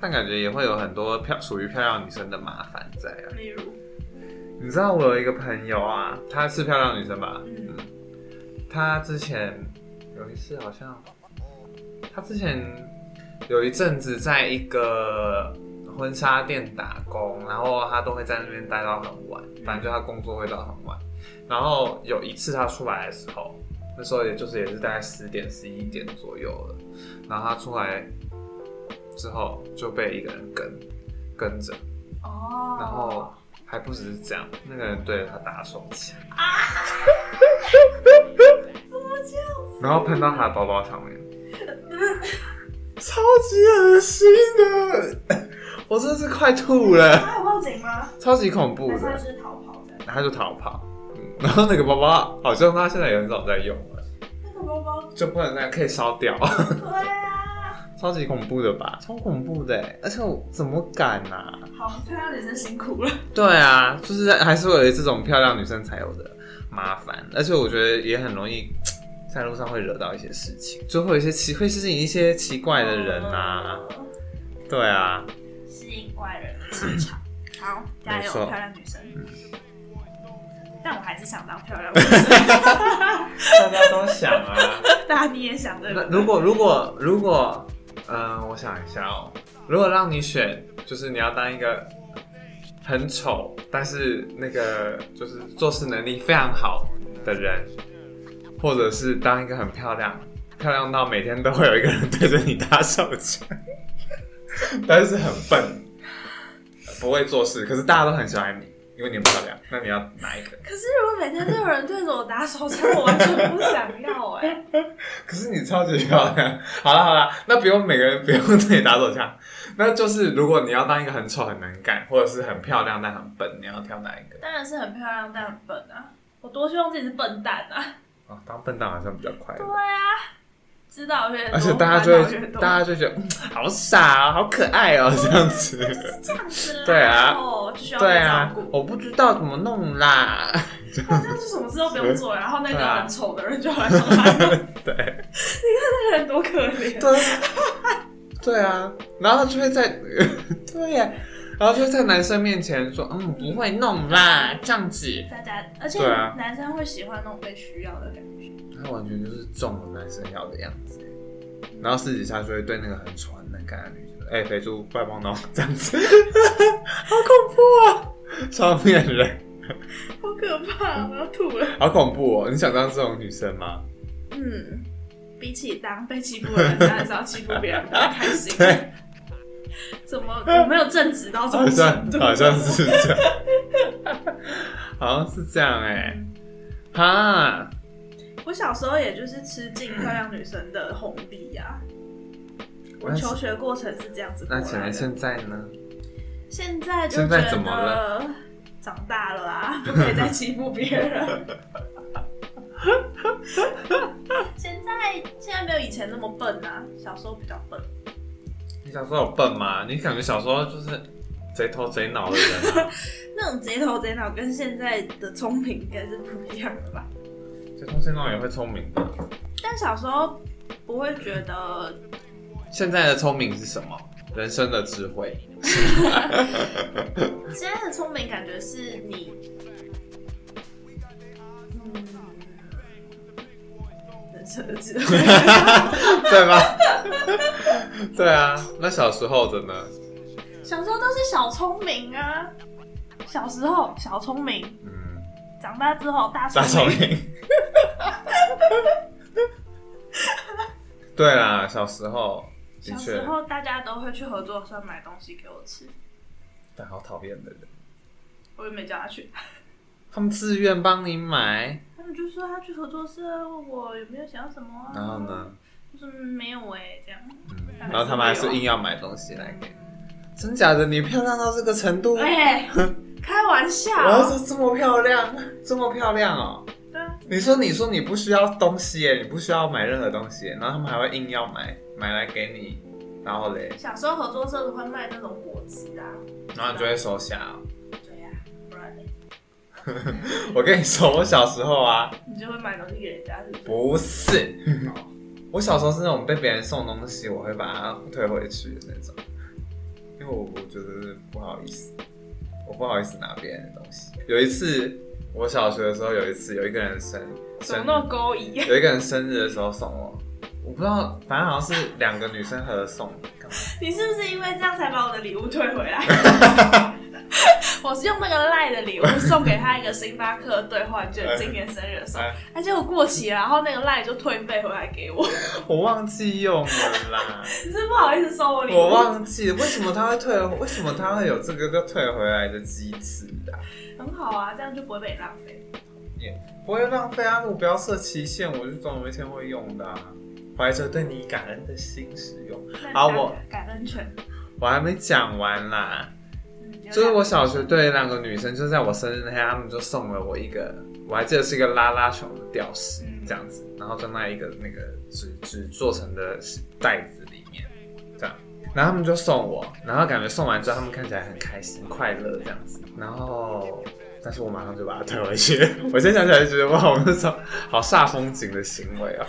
Speaker 2: 但感觉也会有很多漂属于漂亮女生的麻烦在啊。
Speaker 1: 例如，
Speaker 2: 你知道我有一个朋友啊，她是漂亮女生吧？
Speaker 1: 嗯
Speaker 2: 嗯，她之前有一次好像，她之前有一阵子在一个婚纱店打工，然后她都会在那边待到很晚，反正就她工作会到很晚。然后有一次她出来的时候，那时候也就是也是大概十点十一点左右了，然后她出来之后就被一个人跟跟着。
Speaker 1: 哦，
Speaker 2: 然 [laughs] 后还不只是这样，那个人对着他打手枪，
Speaker 1: 怎么这样子？
Speaker 2: 然后喷到他的包包上面， [laughs] 超级恶心的， [laughs] 我真的是快吐了，
Speaker 1: 他有报警吗？
Speaker 2: 超级恐怖
Speaker 1: 还是他
Speaker 2: 的。
Speaker 1: 是逃跑的？
Speaker 2: 然后他就逃跑，嗯，然后那个包包好像他现在也很少在用了，
Speaker 1: 那个包包，
Speaker 2: 就不能再可以烧掉， [laughs]
Speaker 1: 对啊，
Speaker 2: 超级恐怖的吧？超恐怖的欸，而且我怎么敢啊？
Speaker 1: 好，漂亮女生辛苦了。
Speaker 2: 对啊，就是还是会有这种漂亮女生才有的麻烦，而且我觉得也很容易在路上会惹到一些事情，就会有一些奇会吸引一些奇怪的人啊。对啊，
Speaker 1: 吸引怪人的气场。好，加
Speaker 2: 没
Speaker 1: 油，
Speaker 2: 错
Speaker 1: 漂亮女生。但我还是想当漂亮 [laughs] 的。
Speaker 2: 大家都想啊。
Speaker 1: 大家你也想对不
Speaker 2: 那
Speaker 1: 对
Speaker 2: 如果如果如果，嗯、我想一下哦，如果让你选，就是你要当一个很丑，但是那个就是做事能力非常好的人，或者是当一个很漂亮，漂亮到每天都会有一个人对着你打手枪， [laughs] 但是很笨，不会做事，可是大家都很喜欢你，因为你很漂亮。那你要哪一个？
Speaker 1: 可是如果每天都有人对着我打手枪，我完全不想要哎、
Speaker 2: 可是你超级漂亮。 [laughs] 好了好了，那不用每个人不 [laughs] 用自己打手枪，那就是如果你要当一个很丑很能干，或者是很漂亮但很笨，你要挑哪一
Speaker 1: [laughs]
Speaker 2: 个？
Speaker 1: 当然是很漂亮，但很笨啊！我多希望自己是笨蛋啊！
Speaker 2: 哦，当笨蛋好像比较快
Speaker 1: 对
Speaker 2: 乐，
Speaker 1: 啊，知道越多，
Speaker 2: 而且大家就
Speaker 1: 烦恼越
Speaker 2: 会
Speaker 1: 多
Speaker 2: 大家就觉得、嗯、好傻、哦，好可
Speaker 1: [laughs]
Speaker 2: 爱哦，这样子。
Speaker 1: 是这样子啦。
Speaker 2: 对啊
Speaker 1: 哦，就需要
Speaker 2: 对
Speaker 1: 被照
Speaker 2: 啊
Speaker 1: 顾。，
Speaker 2: [laughs] 我不知道怎么弄
Speaker 1: [laughs]
Speaker 2: 啦。
Speaker 1: 他这样就什么事都不用做，然后那
Speaker 2: 对
Speaker 1: 个
Speaker 2: 啊
Speaker 1: 很丑的人就来找他，
Speaker 2: 对啊
Speaker 1: 那个人多可怜。
Speaker 2: 对啊对啊，然后他就会在 [laughs] 对呀，然后就会在男生面前说，嗯，不会弄啦，这样子。
Speaker 1: 大家，而且
Speaker 2: 对啊
Speaker 1: 男生会喜欢那种被需要的感觉。
Speaker 2: 他完全就是中了男生要的样子，然后私底下就会对那个很传的感觉，就是哎、肥猪不要帮我弄这样子， [laughs] 好恐怖啊、 [laughs] 超骗人，
Speaker 1: 好可怕，啊我要吐了。
Speaker 2: 好恐怖哦！你想当这种女生吗？
Speaker 1: 嗯，比起当被欺负的人，当然是要欺负别人比较开心。
Speaker 2: [laughs] 对，
Speaker 1: 怎么我没有正直到这
Speaker 2: 好
Speaker 1: 种
Speaker 2: 像
Speaker 1: 程度？
Speaker 2: 好像是这样，好像是这样哎、哈，
Speaker 1: 我小时候也就是吃尽漂亮女生的红利呀、我
Speaker 2: 那是
Speaker 1: 求学过程是这样子过
Speaker 2: 那
Speaker 1: 来
Speaker 2: 请问
Speaker 1: 的。
Speaker 2: 现在呢？
Speaker 1: 现在就
Speaker 2: 现在
Speaker 1: 觉
Speaker 2: 怎么
Speaker 1: 得长大了啊，不可以再欺负别
Speaker 2: [laughs]
Speaker 1: 人。现在现在没有以前那么笨啊，小时候比较笨。
Speaker 2: 你小时候有笨吗？你感觉小时候就是贼头贼脑的人、 [laughs] 啊，
Speaker 1: 那种贼头贼脑跟现在的聪明应该是不一样的吧？
Speaker 2: 贼头贼脑也会聪明的。
Speaker 1: 但小时候不会觉得
Speaker 2: 现在的聪明是什么？人生的智慧。
Speaker 1: 现在的聪明感觉是你，嗯，人生的智慧。
Speaker 2: [laughs] 对吧？对啊，那小时候的呢？
Speaker 1: 小时候都是小聪明啊，小时候小聪明，
Speaker 2: 嗯，
Speaker 1: 长大之后大聪
Speaker 2: 大聪
Speaker 1: [laughs] 明。
Speaker 2: 明。对啦，小时候的
Speaker 1: 小
Speaker 2: 确
Speaker 1: 时，候大家都会去合作社买东西给我吃，
Speaker 2: 但好讨厌的人，
Speaker 1: 我也没叫他去，
Speaker 2: 他们自愿帮你买，
Speaker 1: 他们就说他去合作社问我有没有想要什么啊，
Speaker 2: 然后呢，
Speaker 1: 我说嗯没有哎、这样，
Speaker 2: 嗯，然后他们还是硬要买东西来给你，真假的？你漂亮到这个程度，
Speaker 1: 哎、开玩笑，
Speaker 2: 然后说这么漂亮，这么漂亮哦、
Speaker 1: 对啊
Speaker 2: 你说你说你不需要东西耶，你不需要买任何东西耶，然后他们还会硬要买，买来给你，然后嘞，
Speaker 1: 小时候合作社会卖那种果汁啊，
Speaker 2: 然后你就会收下哦、
Speaker 1: 对呀、不然嘞
Speaker 2: 我跟你说，我小时候啊，
Speaker 1: 你就会买东西给人家，是不是？
Speaker 2: 不是，我小时候是那种被别人送东西，我会把它退回去的那种，因为我我觉得是不好意思，我不好意思拿别人的东西。有一次，我小学的时候有一次，有一个人生
Speaker 1: 怎么
Speaker 2: 生日
Speaker 1: 那么勾引？
Speaker 2: 有一个人生日的时候送我，我不知道，反正好像是两个女生合送的。干
Speaker 1: [laughs]
Speaker 2: 嘛
Speaker 1: 你是不是因为这样才把我的礼物退回
Speaker 2: [laughs]
Speaker 1: 来？我是用那个赖的礼物送给他一个星巴克兑换券，今年生日的
Speaker 2: [laughs]
Speaker 1: 时候，
Speaker 2: 哎
Speaker 1: 而且我过期了，然后那个赖就退费回来给我， [laughs]
Speaker 2: 我忘记用了啦，
Speaker 1: 你是不好意思收我礼物，
Speaker 2: 我忘记了为什么他会退，为什么他会有这个就退回来的机制啊？
Speaker 1: 很好啊，这样就不会被你浪费。
Speaker 2: 不会浪费啊！我不要设期限，我就总有一天会用的、啊。怀着对你感恩的心使用，
Speaker 1: 那你
Speaker 2: 好
Speaker 1: 感
Speaker 2: 我
Speaker 1: 感恩权，
Speaker 2: 我还没讲完啦。
Speaker 1: 嗯
Speaker 2: 就是我小学对两个女生，就在我生日那天，她们就送了我一个，我还记得是一个拉拉熊的吊饰
Speaker 1: 嗯
Speaker 2: 这样子，然后装在一个那个纸纸做成的袋子里面，这样，然后他们就送我，然后感觉送完之后，他们看起来很开心、快乐这样子，然后。但是我马上就把它退回去。我现在想起来就觉得哇，我那时候好煞风景的行为 [laughs] 啊！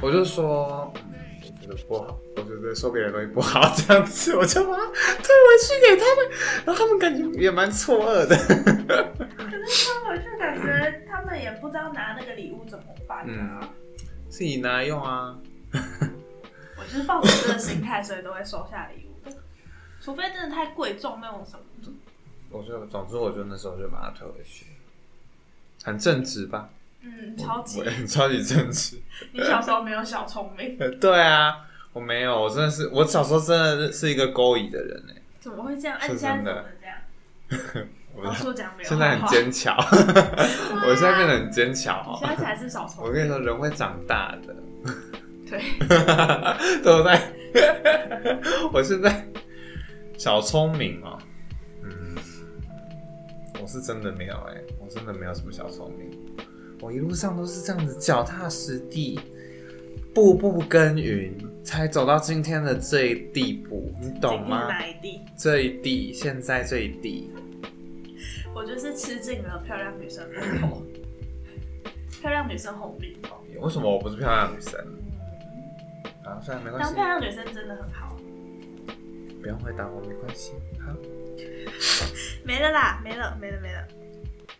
Speaker 2: 我就说，嗯，我觉得不好，我觉得收别人东西不好，这样子我就把它退回去给他们。然后他们感觉也蛮错愕的，
Speaker 1: 退回是感觉他们也不知道拿那个礼物怎么办啊。
Speaker 2: [laughs] 嗯自己拿来用啊。
Speaker 1: 我就是抱着这个心态，所以都会收下礼物，除非真的太贵重那种什么。
Speaker 2: 我就总之，我就那时候就把它退回去，很正直吧？
Speaker 1: 嗯，超级
Speaker 2: 我。 [laughs] 我超级正直。
Speaker 1: 你小时候没有小聪明，
Speaker 2: 对啊，我没有，我真的是，我小时候真的是一个勾引的人哎、
Speaker 1: 怎么会这样？哎、
Speaker 2: 是
Speaker 1: 你现在
Speaker 2: 真
Speaker 1: 怎
Speaker 2: 的
Speaker 1: 么这样？
Speaker 2: 我
Speaker 1: 老树哦讲没有
Speaker 2: 现在
Speaker 1: 好
Speaker 2: 很
Speaker 1: 话，[laughs]
Speaker 2: 坚强，我现在变得很坚强
Speaker 1: 你
Speaker 2: 哦。
Speaker 1: 现在才是小聪
Speaker 2: 我
Speaker 1: 明。
Speaker 2: 跟你说，人会长大的，
Speaker 1: 对，
Speaker 2: [laughs] 对不对？ [laughs] 我现在小聪明哦，嗯，我是真的没有哎、我真的没有什么小聪明，我一路上都是这样子脚踏实地，步步耕耘，才走到今天的这一地步，你懂
Speaker 1: 今天
Speaker 2: 吗？
Speaker 1: 哪一地？
Speaker 2: 这一地，现在这一地，
Speaker 1: 我就是吃尽了漂亮女生的红，漂亮女生哦红利。
Speaker 2: 为什么我不是漂亮女生？啊，算了，没关
Speaker 1: 当
Speaker 2: 系
Speaker 1: 漂，亮女生真的很好。
Speaker 2: 不用回答我，没关系。好，
Speaker 1: 没了啦，没了，没了，没了。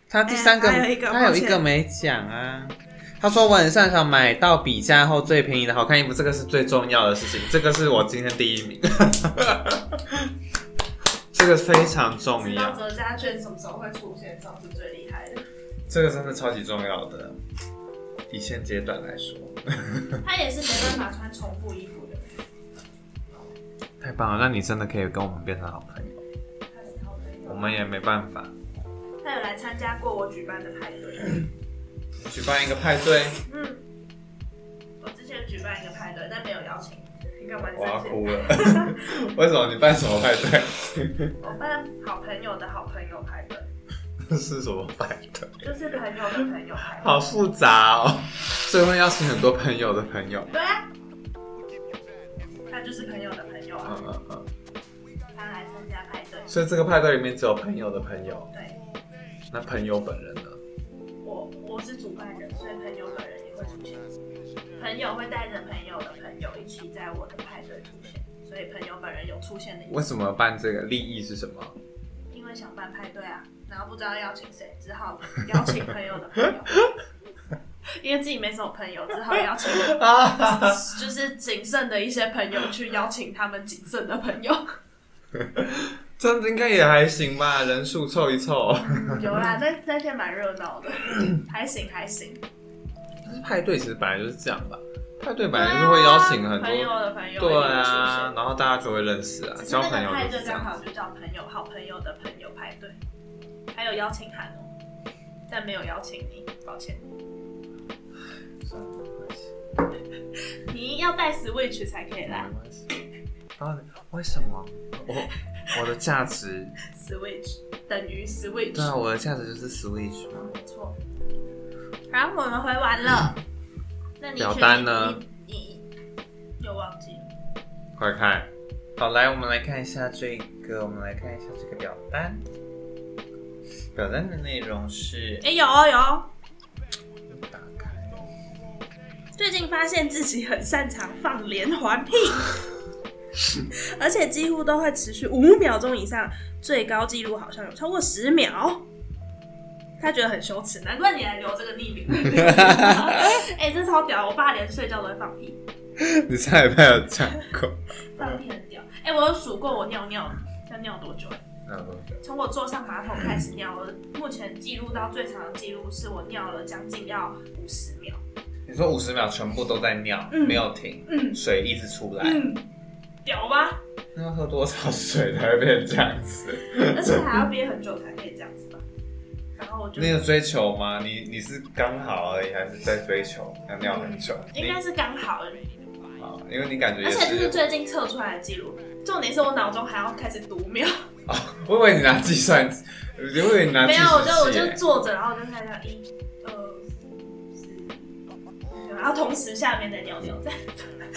Speaker 2: 他第三个，
Speaker 1: 哎还有一个
Speaker 2: 他有一
Speaker 1: 抱
Speaker 2: 个
Speaker 1: 歉
Speaker 2: 没讲啊。他说我很擅长买到比价后最便宜的好看衣服，这个是最重要的事情，这个是我今天第一名， [laughs] 这个非常重
Speaker 1: 知道
Speaker 2: 要，
Speaker 1: 折价券什么时候会出现，这种是最厉害 [laughs] 的。
Speaker 2: 这个真的超级重要的。以现阶段来说，
Speaker 1: 她也是没办法穿重复衣服的人，
Speaker 2: 太棒了，那你真的可以跟我们变成好朋友，
Speaker 1: 她是好朋
Speaker 2: 我
Speaker 1: 友。
Speaker 2: 们也没办法
Speaker 1: 她有来参加过我举办的派对。
Speaker 2: 举办一个派对，
Speaker 1: 嗯，我之前举办一个派对，但没有邀请。你干嘛
Speaker 2: 我要
Speaker 1: 生气？
Speaker 2: 哭了， [laughs] 为什么你办什么派对？
Speaker 1: 我办好朋友的好朋友派对，
Speaker 2: [laughs] 是什么派对？
Speaker 1: 就是朋友的朋友派对。
Speaker 2: 好复杂哦，所以会邀请很多朋友的朋友。
Speaker 1: 对啊，他就是朋友的朋友啊，
Speaker 2: 嗯嗯嗯，
Speaker 1: 他来参加派对。
Speaker 2: 所以这个派对里面只有朋友的朋友，
Speaker 1: 对，
Speaker 2: 那朋友本人呢？
Speaker 1: 我我是主办人，所以朋友本人也会出现。朋友会带着朋友的朋友一起在我的派对出现，所以朋友本人有出现的意思。
Speaker 2: 为什么办这个？利益是什么？
Speaker 1: 因为想办派对啊，然后不知道邀请谁，只好邀请朋友的朋友。 [laughs] 因为自己没什么朋友，只好邀
Speaker 2: [laughs]
Speaker 1: 请
Speaker 2: 啊，
Speaker 1: 就是仅剩的一些朋友去邀请他们仅剩的朋
Speaker 2: [laughs]
Speaker 1: 友。
Speaker 2: 这样子应该也还行吧，人数凑一凑。
Speaker 1: 有啦，那那天蛮热闹的，还行还行。
Speaker 2: 但是派对其实本来就是这样吧，派对本来就是会邀请很
Speaker 1: 啊朋友
Speaker 2: 多，
Speaker 1: 的朋友，
Speaker 2: 对啊，，然后大家就会认识啊，
Speaker 1: 只是
Speaker 2: 交
Speaker 1: 那
Speaker 2: 朋
Speaker 1: 个
Speaker 2: 友
Speaker 1: 派
Speaker 2: 就
Speaker 1: 对
Speaker 2: 是这
Speaker 1: 刚
Speaker 2: 样
Speaker 1: 好
Speaker 2: 子。
Speaker 1: 就叫朋友好朋友的朋友派对，还有邀请函哦，但没有邀请你，抱歉。
Speaker 2: 算了没关系
Speaker 1: 你要带 Switch 才可以来
Speaker 2: 没关系。然后呢为什么我我的价值？
Speaker 1: ，Switch 等于
Speaker 2: 嗯对啊，
Speaker 1: Switch，
Speaker 2: 我的价值就是 Switch 嘛。
Speaker 1: 没错。然后我们回完了，那你
Speaker 2: 嗯表
Speaker 1: 确定
Speaker 2: 单呢
Speaker 1: 你你你又忘记了，
Speaker 2: 快看，好，来，我们来看一下这个，我们来看一下这个表单。表单的内容是
Speaker 1: 哎、有哦有哦。
Speaker 2: 打开，
Speaker 1: 最近发现自己很擅长放连环屁，而且几乎都会持续五秒钟以上，最高纪录好像有超过十秒。他觉得很羞耻，难怪你来留这个匿名。哎、这超屌！我爸连睡觉都会放屁，
Speaker 2: [laughs] 你上礼拜有讲过？
Speaker 1: 放屁很屌。哎、我有数过我尿尿要尿多久、
Speaker 2: 那我
Speaker 1: 从我坐上马桶开始尿，我目前记录到最长的记录是我尿了将近要五十秒。
Speaker 2: 你说五十秒全部都在尿，
Speaker 1: 嗯
Speaker 2: 没有停，
Speaker 1: 嗯
Speaker 2: 水一直出来，
Speaker 1: 嗯，屌吧？
Speaker 2: 那要喝多少水才会变成这样子？
Speaker 1: 而且还要憋很久才可以这样子吧。然后我就
Speaker 2: 你有追求吗？你你是刚好而已，还是在追求要尿很久？
Speaker 1: 应该
Speaker 2: 你
Speaker 1: 是刚好而已，
Speaker 2: 好，因为你感觉也
Speaker 1: 而且这
Speaker 2: 是
Speaker 1: 是，最近测出来的记录。重点是我脑中还要开始读秒，
Speaker 2: 我以为你拿计算机，我以为你拿计
Speaker 1: 没有，我就我
Speaker 2: 算器
Speaker 1: 就
Speaker 2: 耶，
Speaker 1: 坐着，然后我就看一下一、二、四，然后同时下面在尿尿，这
Speaker 2: 嗯
Speaker 1: 样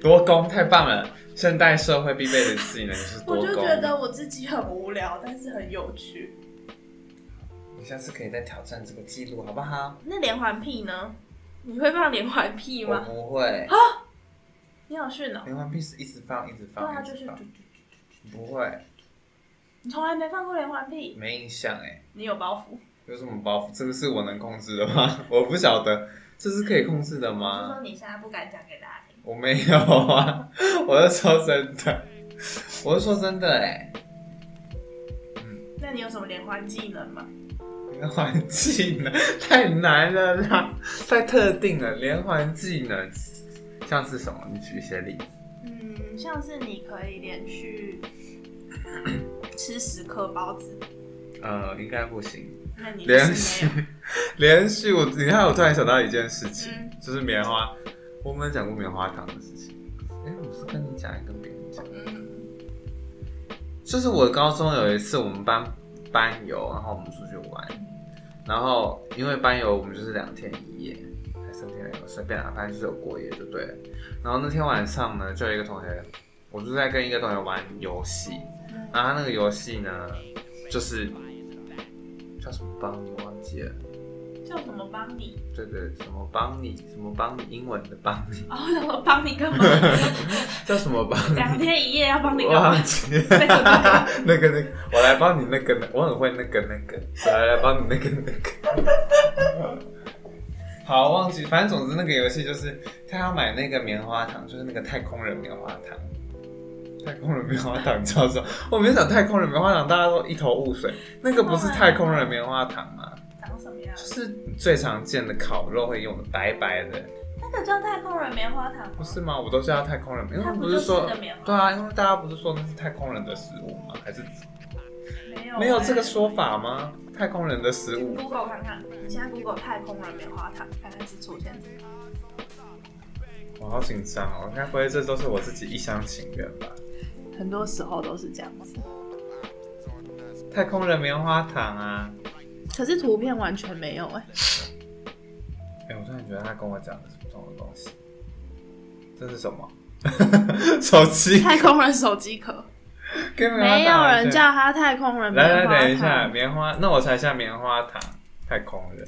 Speaker 2: 多功太棒了！现代社会必备的技能就是多
Speaker 1: 我
Speaker 2: 功。
Speaker 1: 就觉得我自己很无聊，但是很有趣。
Speaker 2: 你下次可以再挑战这个记录，好不好？
Speaker 1: 那连环屁呢？你会放连环屁
Speaker 2: 我
Speaker 1: 吗？
Speaker 2: 不会，
Speaker 1: 你好逊哦、
Speaker 2: 连环屁是一直放，一直
Speaker 1: 对
Speaker 2: 放，
Speaker 1: 啊，
Speaker 2: 一
Speaker 1: 就
Speaker 2: 直
Speaker 1: 是
Speaker 2: 放，不会，
Speaker 1: 你从来没放过连环屁，
Speaker 2: 没印象哎。
Speaker 1: 你有包袱。
Speaker 2: 有什么包袱？这个是我能控制的吗？ [laughs] 我不晓得，这是可以控制的
Speaker 1: 就
Speaker 2: 吗？
Speaker 1: 说你现在不敢讲给大家听，
Speaker 2: 我没有啊， [laughs] 我是说真的，我是说真的哎、
Speaker 1: 那你有什么连环技能吗？
Speaker 2: 连环技能太难了啦，太特定了。连环技能像是什么？你举一些例子。
Speaker 1: 嗯，像是你可以连 [coughs] 续吃十颗包子，
Speaker 2: 呃，应该不行。
Speaker 1: 那你
Speaker 2: 连
Speaker 1: 是
Speaker 2: 续
Speaker 1: 没有。
Speaker 2: 连续，我你看，我突然想到一件事情，
Speaker 1: 嗯
Speaker 2: 就是棉花。我们讲过棉花糖的事情。哎、我是跟你讲，还是跟别人讲？
Speaker 1: 嗯
Speaker 2: 就是我高中有一次，我们班班游，然后我们出去玩，然后因为班游我们就是两天一夜，还三天两夜，随便啦、反正就是有过夜就对了。然后那天晚上呢，就有一个同学，我就是在跟一个同学玩游戏，
Speaker 1: 啊
Speaker 2: 然后他那个游戏呢，就是叫什么帮你忘记了。
Speaker 1: 叫嗯什么帮你？
Speaker 2: 对对，什么帮你，什么帮你，英文的帮 [laughs] 你，
Speaker 1: 哦，什么帮你干
Speaker 2: [laughs]
Speaker 1: 嘛？
Speaker 2: 叫什么帮
Speaker 1: 两
Speaker 2: 你？
Speaker 1: 天一夜要帮你
Speaker 2: 我
Speaker 1: 干嘛
Speaker 2: 忘？记了那个那个，我来帮你那个那，我很会那个那个，我来来帮你那个那个。 [laughs] 好，忘记，反正总之那个游戏就是他要买那个棉花糖，就是那个太空人棉花糖。太空人棉花糖叫什么？我没想太空人棉花糖，大家都一头雾水。那个不是太空人棉花糖吗？
Speaker 1: 长什么样
Speaker 2: 就？是最常见的烤肉会用的白白的，
Speaker 1: 那个叫太空人棉花糖吗
Speaker 2: 不？是哎吗？我都叫它太空人，因为
Speaker 1: 它不
Speaker 2: 不
Speaker 1: 就是
Speaker 2: 说
Speaker 1: 是的棉花
Speaker 2: 对啊，因为大家不是说那是太空人的食物吗？还是
Speaker 1: 没有
Speaker 2: 没有
Speaker 1: 欸
Speaker 2: 这个说法吗？太空人的食物
Speaker 1: Google 看看，你现在 Google 太空人棉花糖，看看是出现什么。
Speaker 2: 我好紧张哦，该不会这都是我自己一厢情愿吧？
Speaker 1: 很多时候都是这样子，
Speaker 2: 太空人棉花糖啊！
Speaker 1: 可是图片完全没有哎、
Speaker 2: 哎、我突然觉得他跟我讲的是不同的东西，这是什么？ [laughs] 手机
Speaker 1: 太空人手机壳，
Speaker 2: 跟棉花
Speaker 1: 没有
Speaker 2: 糖
Speaker 1: 人叫它太空人
Speaker 2: 来来，
Speaker 1: 棉花
Speaker 2: 等一下，
Speaker 1: 糖。
Speaker 2: 棉花，那我查一下棉花糖，太空人。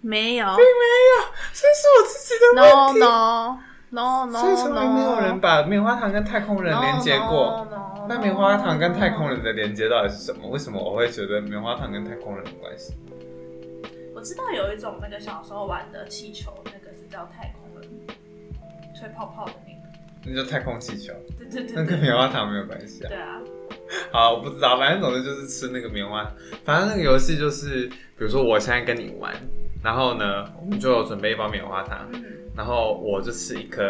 Speaker 1: 没有
Speaker 2: 这是我自己的
Speaker 1: ，no no no no no，
Speaker 2: 所以从来没有人把棉花糖跟太空人连接过。
Speaker 1: No，no，no，
Speaker 2: 那棉花糖跟太空人的连接到底是什么？为什么我会觉得棉花糖跟太空人有关系？
Speaker 1: 我知道有一种那个小时候玩的气球，那个是叫太空人，吹泡泡的那个。
Speaker 2: 那就太空气球，
Speaker 1: 对对对
Speaker 2: 那跟
Speaker 1: 对，
Speaker 2: 棉花糖没有关
Speaker 1: [laughs]
Speaker 2: 系啊。
Speaker 1: 对啊，
Speaker 2: 好，我不知道，反正总之就是吃那个棉花糖。反正那个游戏就是，比如说我现在跟你玩，然后呢，我们就有准备一包棉花糖，
Speaker 1: 嗯，
Speaker 2: 然后我就吃一颗，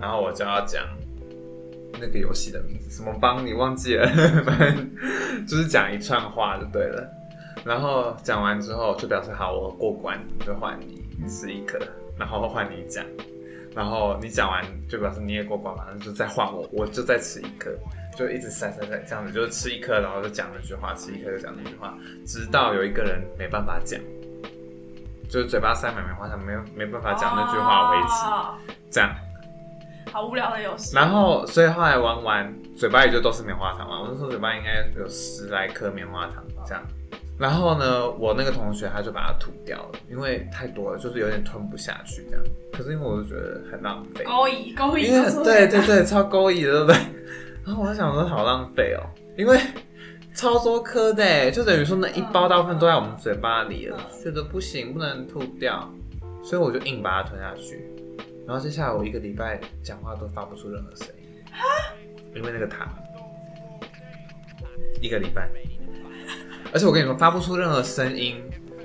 Speaker 2: 然后我就要讲那个游戏的名字，什么帮你忘记了， [laughs] 反正就是讲一串话就对了。然后讲完之后就表示好，我过关，就换你吃一颗，然后换你讲，然后你讲完就表示你也过关嘛，然后就再换我，我就再吃一颗，就一直塞塞塞这样子，就是吃一颗，然后就讲那句话，吃一颗就讲那句话，直到有一个人没办法讲，就是嘴巴塞满棉花糖，没有没办法讲那句话为止，
Speaker 1: 止。
Speaker 2: 这样。
Speaker 1: 好无聊的 [laughs] 游戏。
Speaker 2: 然后，所以后来玩完，嘴巴也就都是棉花糖嘛。我那时候嘴巴应该有十来颗棉花糖这样。然后呢，我那个同学他就把它吐掉了，因为太多了，就是有点吞不下去这样。可是因为我就觉得很浪费，
Speaker 1: 勾引勾引
Speaker 2: 因为
Speaker 1: 就说，
Speaker 2: 对对对，超勾引的，对不 [laughs] 对？然后我就想说，好浪费哦，因为超多颗的耶，就等于说那一包大部分都在我们嘴巴里了，
Speaker 1: 嗯
Speaker 2: 觉得不行，不能吐掉，所以我就硬把它吞下去。然后接下来我一个礼拜讲话都发不出任何声音，因为那个糖，一个礼拜，而且我跟你说发不出任何声音，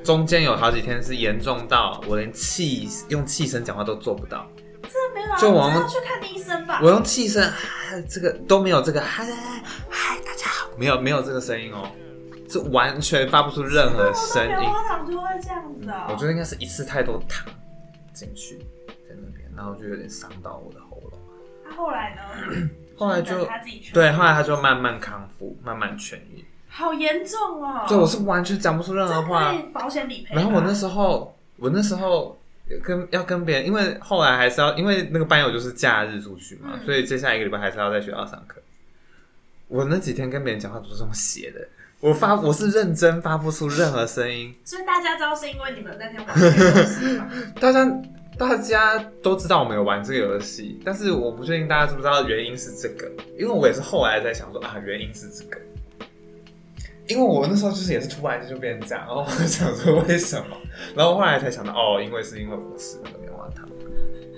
Speaker 2: 中间有好几天是严重到我连气用气声讲话都做不到。
Speaker 1: 这没有啊，
Speaker 2: 就我
Speaker 1: 这
Speaker 2: 们
Speaker 1: 要去看医生吧。
Speaker 2: 我用气声，嗨这个都没有这个嗨嗨大家好，没有没有这个声音哦，这完全发不出任何声
Speaker 1: 那
Speaker 2: 音
Speaker 1: 棉。花糖就会这样子啊。
Speaker 2: 我觉得应该是一次太多糖进去在那边，然后就有点伤到我的喉咙。
Speaker 1: 他后来呢？
Speaker 2: 后来
Speaker 1: 是
Speaker 2: 就
Speaker 1: 等他自己去。
Speaker 2: 对，后来他就慢慢康复，慢慢痊愈。
Speaker 1: 好严重哦。
Speaker 2: 对，我是完全讲不出任何
Speaker 1: 这
Speaker 2: 话
Speaker 1: 可。以保险理赔吧。
Speaker 2: 然后我那时候，我那时候跟要跟别人，因为后来还是要，因为那个班友就是假日出去嘛，
Speaker 1: 嗯
Speaker 2: 所以接下来一个礼拜还是要在学校上课。我那几天跟别人讲话都是用写的，我发我是认真发不出任何声音。
Speaker 1: 所以大家知道是因为你们那天玩这个游戏
Speaker 2: [laughs]
Speaker 1: 吗？
Speaker 2: 大家大家都知道我们有玩这个游戏，但是我不确定大家知不知道原因是这个，因为我也是后来在想说啊，原因是这个。因为我那时候就是也是突然就变成这样，然后我 [laughs] 就想说为什么，然后后来才想到哦，因为是因为我吃那个棉花糖，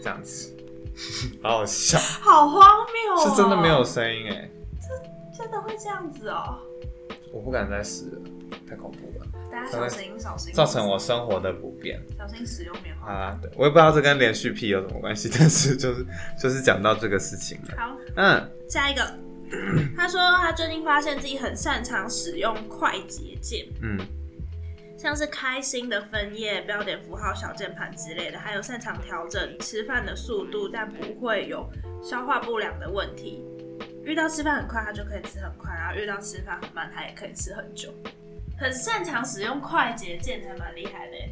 Speaker 2: 这样子， [laughs] 好好笑，
Speaker 1: 好荒谬、哦！
Speaker 2: 是真的没有，声音哎，
Speaker 1: 真的会这样子哦。
Speaker 2: 我不敢再试了，太恐怖了，
Speaker 1: 大家小心，小心，
Speaker 2: 造成我生活的不便
Speaker 1: 小心使用棉花。
Speaker 2: 啊。对，我也不知道这跟连续癖有什么关系，但是就是就是讲到这个事情了，
Speaker 1: 好，
Speaker 2: 嗯，
Speaker 1: 下一个，他说他最近发现自己很擅长使用快捷键，
Speaker 2: 嗯，
Speaker 1: 像是开心的分页、标点符号、小键盘之类的，还有擅长调整吃饭的速度，但不会有消化不良的问题。遇到吃饭很快，他就可以吃很快；然后遇到吃饭很慢，他也可以吃很久。很擅长使用快捷键，还蛮厉害的耶。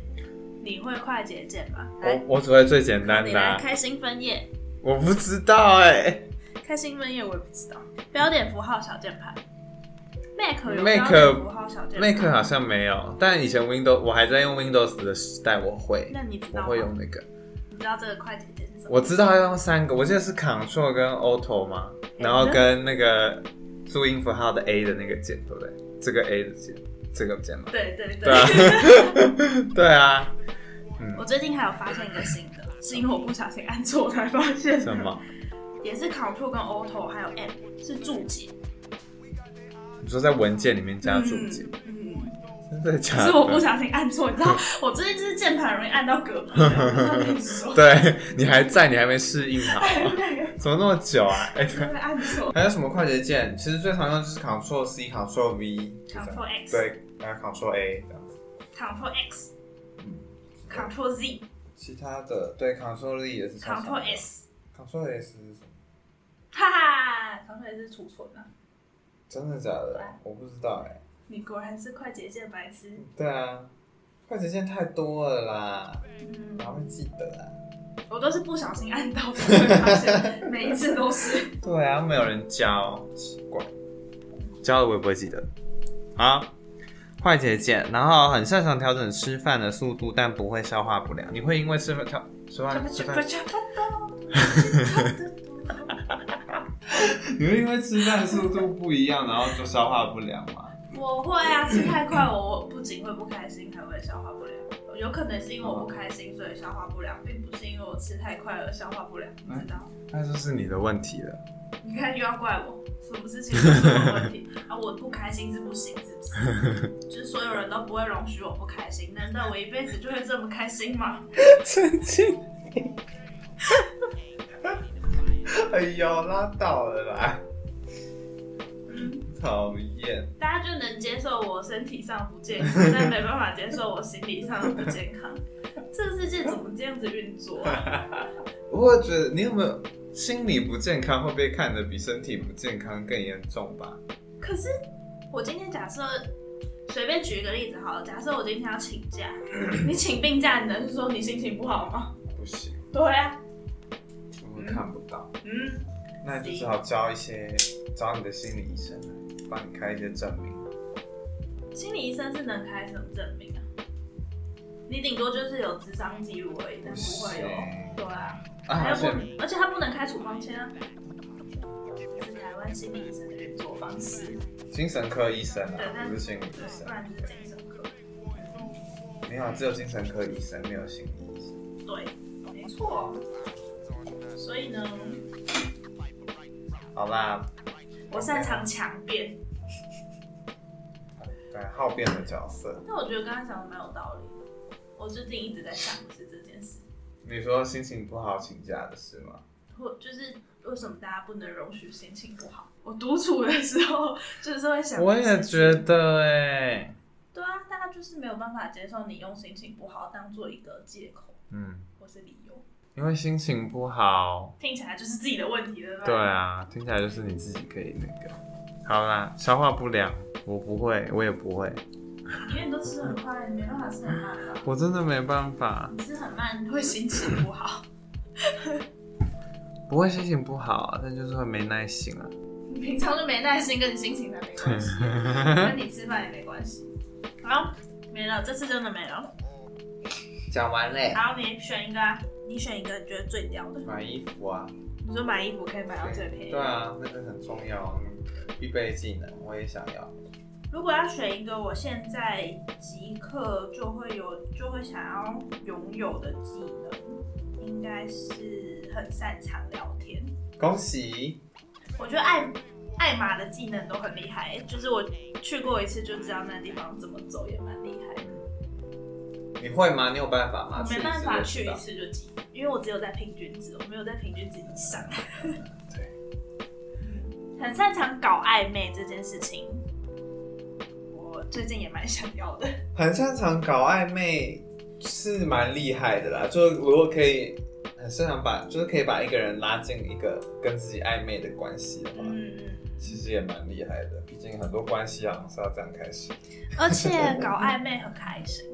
Speaker 1: 你会快捷键吗？来，
Speaker 2: 我我只会最简单
Speaker 1: 你
Speaker 2: 的啊、
Speaker 1: 来开心分页，
Speaker 2: 我不知道哎、
Speaker 1: 开心分页我也不知道。标点符号、小键盘，Mac 有
Speaker 2: Mac-
Speaker 1: 标点符号、小键盘
Speaker 2: Mac 好像没有，但以前 Windows 我还在用 Windows 的时代，我会，
Speaker 1: 那你知
Speaker 2: 我
Speaker 1: 道吗？
Speaker 2: 会用那个。
Speaker 1: 你知道这个快捷键是什么？
Speaker 2: 我知道要用三个，我记得是 Ctrl 跟 Auto 嘛，然后跟那个注音符号的 A 的那个键，对不对？这个 A 的键，这个键嘛。
Speaker 1: 对对对。
Speaker 2: 对啊，
Speaker 1: [laughs]
Speaker 2: 对啊，
Speaker 1: 我最近还有发现一个新的，是因为我不小心按错才发现的
Speaker 2: 什么？
Speaker 1: 也是 Ctrl 跟 Auto 还有 M 是注解，
Speaker 2: 你说在文件里面嗯加注解，
Speaker 1: 嗯，嗯
Speaker 2: 真的假
Speaker 1: 可
Speaker 2: 的？
Speaker 1: 是我不小心按错，你知道，我最近就是键盘容易按到隔壁，我跟你
Speaker 2: [laughs]
Speaker 1: 说，
Speaker 2: 对你还在，你还没适应好，
Speaker 1: 对，
Speaker 2: 怎么那么久啊？哎、
Speaker 1: 真的会按错
Speaker 2: 还有什么快捷键？其实最常用就是 Ctrl C、Ctrl V、
Speaker 1: ，Ctrl X、
Speaker 2: 对，然后 Ctrl A 这样。
Speaker 1: Ctrl X、
Speaker 2: 嗯
Speaker 1: Ctrl Z、
Speaker 2: 其他的对 Ctrl 也是
Speaker 1: Ctrl S，
Speaker 2: Ctrl S 是什么？
Speaker 1: 哈哈，Ctrl S 是储存啊，
Speaker 2: 真的假的？我不知道哎、
Speaker 1: 你果然是快捷键白痴，
Speaker 2: 对啊，快捷键太多了啦，
Speaker 1: 嗯，
Speaker 2: 哪会记得啊？
Speaker 1: 我都是不小心按到才会发现，每一次都是。
Speaker 2: 对啊，没有人教，奇怪，教了我也不会记得。好，快捷键，然后很擅长调整吃饭的速度，但不会消化不良。你会因为吃饭调吃饭吃饭， [laughs] 你会因为吃饭速度不一样，然后就消化不良吗？
Speaker 1: [laughs] 我会啊，吃太快，我不仅会不开心，还会消化不良。有可能是因为我不开心，所以消化不良，并不是因为我吃太快而消化不良，你知道？
Speaker 2: 那就是你的问题了。
Speaker 1: 你看又要怪我，什么事情都是我的问题啊？我不开心是不行，是不是？就是所有人都不会容许我不开心，难道我一辈子就会这么开心吗？
Speaker 2: [laughs] 神经病！ [laughs] 哎呦，拉倒了啦！
Speaker 1: 嗯，
Speaker 2: 讨厌，
Speaker 1: 大家就能接受我身体上不健康， [laughs] 但没办法接受我心理上的不健康。 [laughs] 这个世界怎么这样子运作啊？
Speaker 2: 我觉得你有没有心理不健康会被看得比身体不健康更严重吧？
Speaker 1: 可是我今天假设随便举一个例子好了，假设我今天要请
Speaker 2: [laughs]
Speaker 1: 假，你请病假，你能说你心情不好吗？
Speaker 2: 不行，
Speaker 1: 对啊，
Speaker 2: 我看不到，
Speaker 1: 嗯，
Speaker 2: 那就只好找一些找你的心理医生来帮你开一些证明。
Speaker 1: 心理医生是能开什么证明啊？你顶多就是有智商记录而已，但不会有
Speaker 2: 不行。
Speaker 1: 对啊，
Speaker 2: 啊，
Speaker 1: 还
Speaker 2: 而
Speaker 1: 有不
Speaker 2: 且，
Speaker 1: 而且他不能开处方签啊。是台湾心理医生的运作方式，
Speaker 2: 精神科医生
Speaker 1: 对
Speaker 2: 啊，
Speaker 1: 但
Speaker 2: 不是心理医
Speaker 1: 对，
Speaker 2: 生
Speaker 1: 不，然就是精神科。
Speaker 2: 没有，只有精神科医生，没有心理医生。
Speaker 1: 对，没错。所以呢，
Speaker 2: 好啦，
Speaker 1: 我擅长强辩，
Speaker 2: 对，好辩的角色。
Speaker 1: 但我觉得刚才讲的蛮有道理的。我最近一直在想的是这件事，
Speaker 2: 你说心情不好请假的事吗？
Speaker 1: 或就是为什么大家不能容许心情不好？我独处的时候就是会想，
Speaker 2: 我也觉，得哎、
Speaker 1: 对啊，大家就是没有办法接受你用心情不好当做一个借口
Speaker 2: 嗯，
Speaker 1: 或是理由，
Speaker 2: 因为心情不好，
Speaker 1: 听起来就是自己的问题，对不
Speaker 2: 对？啊，听起来就是你自己可以那个。好啦，消化不良，我不会，我也不会，
Speaker 1: 因为你都吃很快，你没办法吃很慢吧？
Speaker 2: 我真的没办法，
Speaker 1: 你吃很慢会心情不好，
Speaker 2: 不会心情不好啊，但就是会没耐心 [laughs] 啊。
Speaker 1: 你平常就没耐心，跟你心情才没关系，跟你吃饭也没关系。好，没了，这次真的没了。
Speaker 2: 讲完嘞，
Speaker 1: 然后你选一个、啊，你选一个你觉得最屌的。
Speaker 2: 买衣服啊，
Speaker 1: 你说买衣服可以买到最便宜，
Speaker 2: 啊对，啊，那个很重要，必备技能，我也想要。
Speaker 1: 如果要选一个我现在即刻就会有就会想要拥有的技能，应该是很擅长聊天。
Speaker 2: 恭喜，
Speaker 1: 我觉得艾艾玛的技能都很厉害，就是我去过一次就知道那地方怎么走，也蛮厉害的。
Speaker 2: 你会吗？你有办法吗？
Speaker 1: 我没办法
Speaker 2: 去
Speaker 1: 去
Speaker 2: 一次就知
Speaker 1: 一次就
Speaker 2: 道
Speaker 1: 及，因为我只有在平均值，我没有在平均值以上。
Speaker 2: 对，
Speaker 1: [laughs] 很擅长搞暧昧这件事情，我最近也蛮想要的。
Speaker 2: 很擅长搞暧昧，是蛮厉害的啦。就如果可以，很擅长把，就是可以把一个人拉进一个跟自己暧昧的关系的话，
Speaker 1: 嗯嗯。
Speaker 2: 其实也蛮厉害的。毕竟很多关系好像是要这样开始。
Speaker 1: 而且搞暧昧很开心，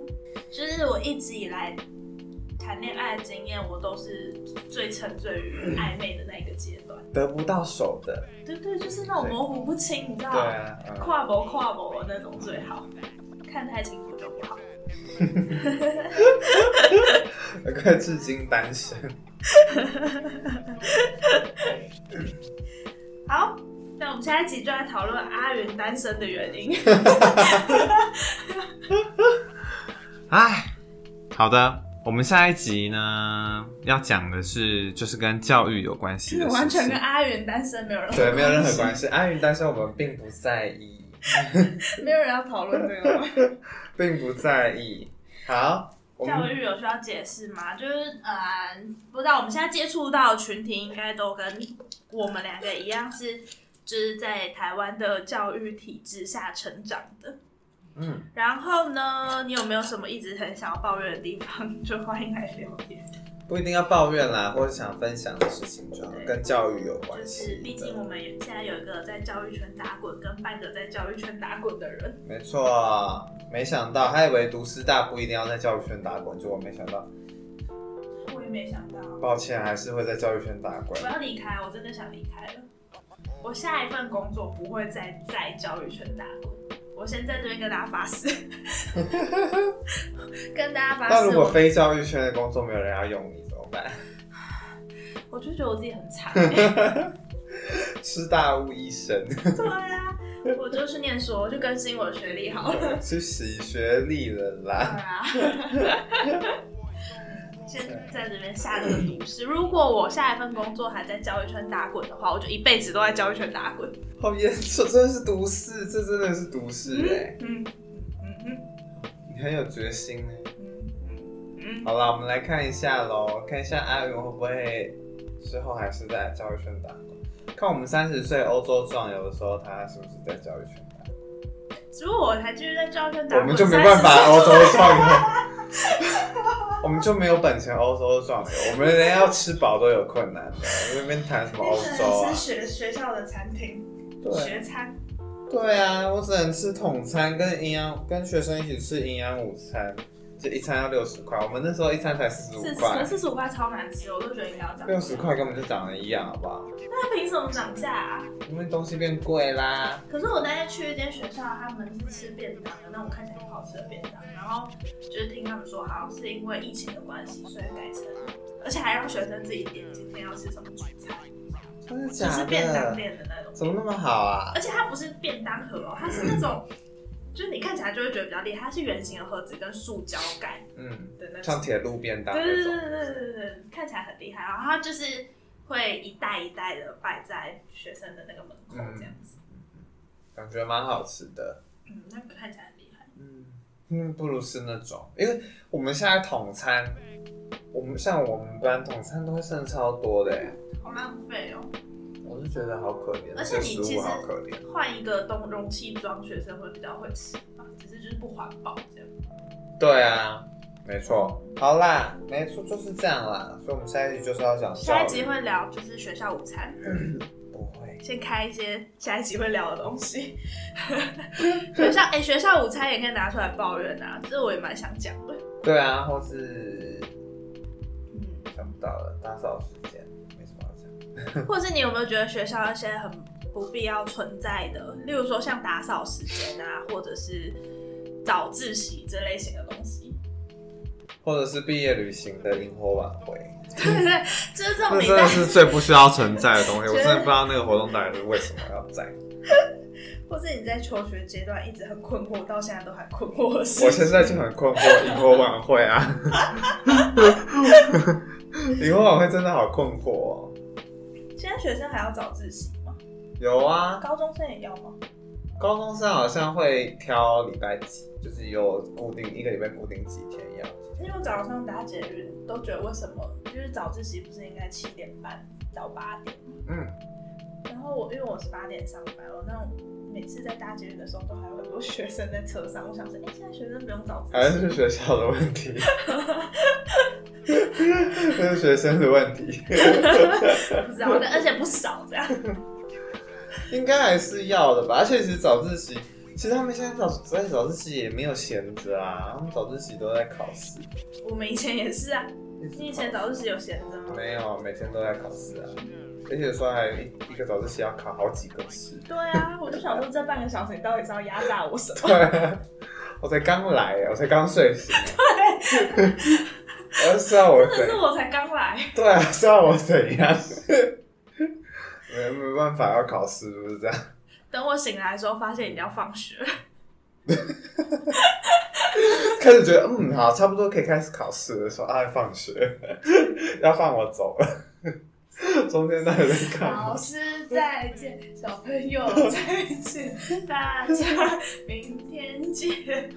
Speaker 1: 就是我一直以来谈恋爱的经验，我都是最沉醉于暧昧的那一个阶段。
Speaker 2: 得不到手的，
Speaker 1: 对对，就是那种模糊不清，你知道
Speaker 2: 对
Speaker 1: 吗？
Speaker 2: 啊，嗯
Speaker 1: 跨博跨博那种最好，看太清楚就不好。
Speaker 2: 难怪嗯至今单身。
Speaker 1: 好，那我们下一集就来讨论阿云单身的原因。
Speaker 2: [laughs] 唉，好的，我们下一集呢要讲的是，就是跟教育有关系的事
Speaker 1: [laughs]
Speaker 2: 情，
Speaker 1: 完全跟阿云单身没有人
Speaker 2: [laughs] 对没有任何关系。安云单身，我们并不在意，
Speaker 1: 没有人要讨论这个吗？
Speaker 2: 并不在意。好， [laughs] 我
Speaker 1: 教
Speaker 2: 们
Speaker 1: 育有需要解释吗？就是呃，不知道我们现在接触到的群体，应该都跟我们两个一样是，就是在台湾的教育体制下成长的。
Speaker 2: 嗯，
Speaker 1: 然后呢，你有没有什么一直很想要抱怨的地方？就欢迎来留言。
Speaker 2: 不一定要抱怨啦，或者想分享的事情就好，
Speaker 1: 对
Speaker 2: 跟教育有关
Speaker 1: 就是
Speaker 2: 系。
Speaker 1: 毕竟我们也现在有一个在教育圈打滚，跟半个在教育圈打滚的人，
Speaker 2: 没错，啊没想到还以为读师大不一定要在教育圈打滚，结果没想到，
Speaker 1: 我也没想到
Speaker 2: 抱歉，还是会在教育圈打滚
Speaker 1: 我。要离开，我真的想离开了。我下一份工作不会再在教育圈打滚，我先在这边跟大家发誓， [laughs] 跟大家发
Speaker 2: 那
Speaker 1: 誓
Speaker 2: 如果
Speaker 1: 我，
Speaker 2: 非教育圈的工作没有人要用你怎么办？
Speaker 1: 我就觉得我自己很
Speaker 2: [laughs]
Speaker 1: 惨、欸。
Speaker 2: 师大物医生，
Speaker 1: 对啊，我就去念书，我就更新我的学历好了。
Speaker 2: 去洗哦学历了
Speaker 1: 对
Speaker 2: 啦。
Speaker 1: 啊， [laughs] 先在这边下这个毒誓，如果我下一份工作还在教育圈打滚的话，我就一辈子都在教育圈打滚。
Speaker 2: 好严重，真的是毒誓，这真的是毒誓哎、
Speaker 1: 嗯嗯嗯
Speaker 2: 你很有决心哎、
Speaker 1: 嗯嗯嗯，
Speaker 2: 好啦，我们来看一下喽，看一下阿云会不会之后还是在教育圈打工？看我们三十岁欧洲壮游的时候，他是不是在教育圈打工？
Speaker 1: 如果我还继续在教育圈打
Speaker 2: 我
Speaker 1: 滚，
Speaker 2: 们就没办
Speaker 1: 30岁
Speaker 2: 法欧洲壮游，我们就没有本钱欧洲壮游，我们连要吃饱都有困难的，那边谈什么欧洲啊
Speaker 1: 吃？学学校的餐厅，
Speaker 2: 对。
Speaker 1: 学餐。
Speaker 2: 对啊，我只能吃统餐跟营养，跟学生一起吃营养午餐，这一餐要六十块，我们那时候一餐才四
Speaker 1: 四
Speaker 2: 十五
Speaker 1: 十可
Speaker 2: 块，
Speaker 1: 四十五块超难吃，我都觉得应该要涨价。
Speaker 2: 六十块根本就长得一样，好不好？
Speaker 1: 那凭什么涨价啊？
Speaker 2: 因为东西变贵啦。
Speaker 1: 可是我那天去一间学校，他们是吃便当的，那种看起来不好吃的便当，然后就是听他们说，好像是因为疫情的关系，所以改成，而且还让学生自己点今天要吃什么主菜，
Speaker 2: 真的
Speaker 1: 就
Speaker 2: 假
Speaker 1: 是
Speaker 2: 的？
Speaker 1: 便当店的那种。
Speaker 2: 怎么那么好啊？
Speaker 1: 而且它不是便当盒哦，它是那种，就是你看起来就会觉得比较厉害，它是圆形的盒子跟塑胶盖
Speaker 2: 嗯，
Speaker 1: 的那种
Speaker 2: 像。铁路便当
Speaker 1: 对
Speaker 2: 那
Speaker 1: 对
Speaker 2: 种。
Speaker 1: 对对对对，看起来很厉害。然后它就是会一袋一袋的摆在学生的那个门口这样子。
Speaker 2: 感觉蛮好吃的。
Speaker 1: 嗯那个看起来很厉害。
Speaker 2: 嗯嗯，不如吃那种，因为我们现在统餐，我们像我们班统餐都会剩超多的欸，
Speaker 1: 好浪费哦！
Speaker 2: 我就觉得好可怜，
Speaker 1: 而且你
Speaker 2: 这
Speaker 1: 其
Speaker 2: 食
Speaker 1: 实
Speaker 2: 物好可怜。
Speaker 1: 换一个东容器装，学生会比较会吃吧，只是就是不环保这样。
Speaker 2: 对啊，没错。好啦，没错，就是这样啦。所以我们下一集就是要讲教育
Speaker 1: 下一集会聊就是学校午餐，
Speaker 2: 不会
Speaker 1: 先开一些下一集会聊的东西。学校哎、学校午餐也可以拿出来抱怨啊，这我也蛮想讲的。
Speaker 2: 对啊，或是
Speaker 1: 嗯。
Speaker 2: 想不到了，打扫时间没什么好讲。
Speaker 1: 或者是你有没有觉得学校一些很不必要存在的，例如说像打扫时间啊，或者是早自习这类型的东
Speaker 2: [laughs]
Speaker 1: 西？
Speaker 2: 或者是毕业旅行的萤火晚会，
Speaker 1: 对对对，就是这种
Speaker 2: 那
Speaker 1: 你
Speaker 2: 真的
Speaker 1: 在，
Speaker 2: 是最不需要存在的东西。
Speaker 1: 觉
Speaker 2: 我
Speaker 1: 得
Speaker 2: 真的不知道那个活动到底是为什么要在。
Speaker 1: [laughs] 或是你在求学阶段一直很困惑，到现在都还困惑的事
Speaker 2: 我。现在就很困惑，萤火晚会啊， [laughs] 萤火晚会真的好困惑哦。
Speaker 1: 现在学生还要早自习吗？
Speaker 2: 有啊，
Speaker 1: 高中生也要吗？
Speaker 2: 高中生好像会挑礼拜几，就是有固定一个礼拜固定几天一样。
Speaker 1: 因为我早上打捷运都觉得为什么，就是早自习不是应该七点半到八点？
Speaker 2: 嗯，
Speaker 1: 然后我因为我是八点上班，我那种每次在搭捷运的时候都还有很多学生在车上，我想说，哎、现在学生不用早自
Speaker 2: 还
Speaker 1: 习
Speaker 2: 是，学校的问题， [laughs] 这是学生的问题，
Speaker 1: [laughs] 不知道，但而且不少这样。
Speaker 2: 应该还是要的吧。而且其实早自习，其实他们现在早在早自习也没有闲着啊，他们早自习都在考试。
Speaker 1: 我们以前也是啊，你以前早自习有闲着吗？
Speaker 2: 没有，啊每天都在考试啊，而且有时候还一一个早自习要考好几个试。 [laughs]
Speaker 1: 对啊，我就想说这半个小时你到底是要压榨我什么？
Speaker 2: 对，我才刚来啊耶，我才刚睡醒。 [laughs] 对，是要我
Speaker 1: 真的是？
Speaker 2: 怎
Speaker 1: 我才刚来，
Speaker 2: 对啊，是要我怎样？ [laughs] 没没办法，要考试不是这样。
Speaker 1: 等我醒来的时候发现已经要放
Speaker 2: [laughs]
Speaker 1: 学。
Speaker 2: [laughs] 开始觉得嗯好，差不多可以开始考试的时候，啊，放学 [laughs] 要放我走了。 [laughs] 中间到底在干
Speaker 1: 老
Speaker 2: 嘛？
Speaker 1: 师再见，小朋友再见，大家明天见。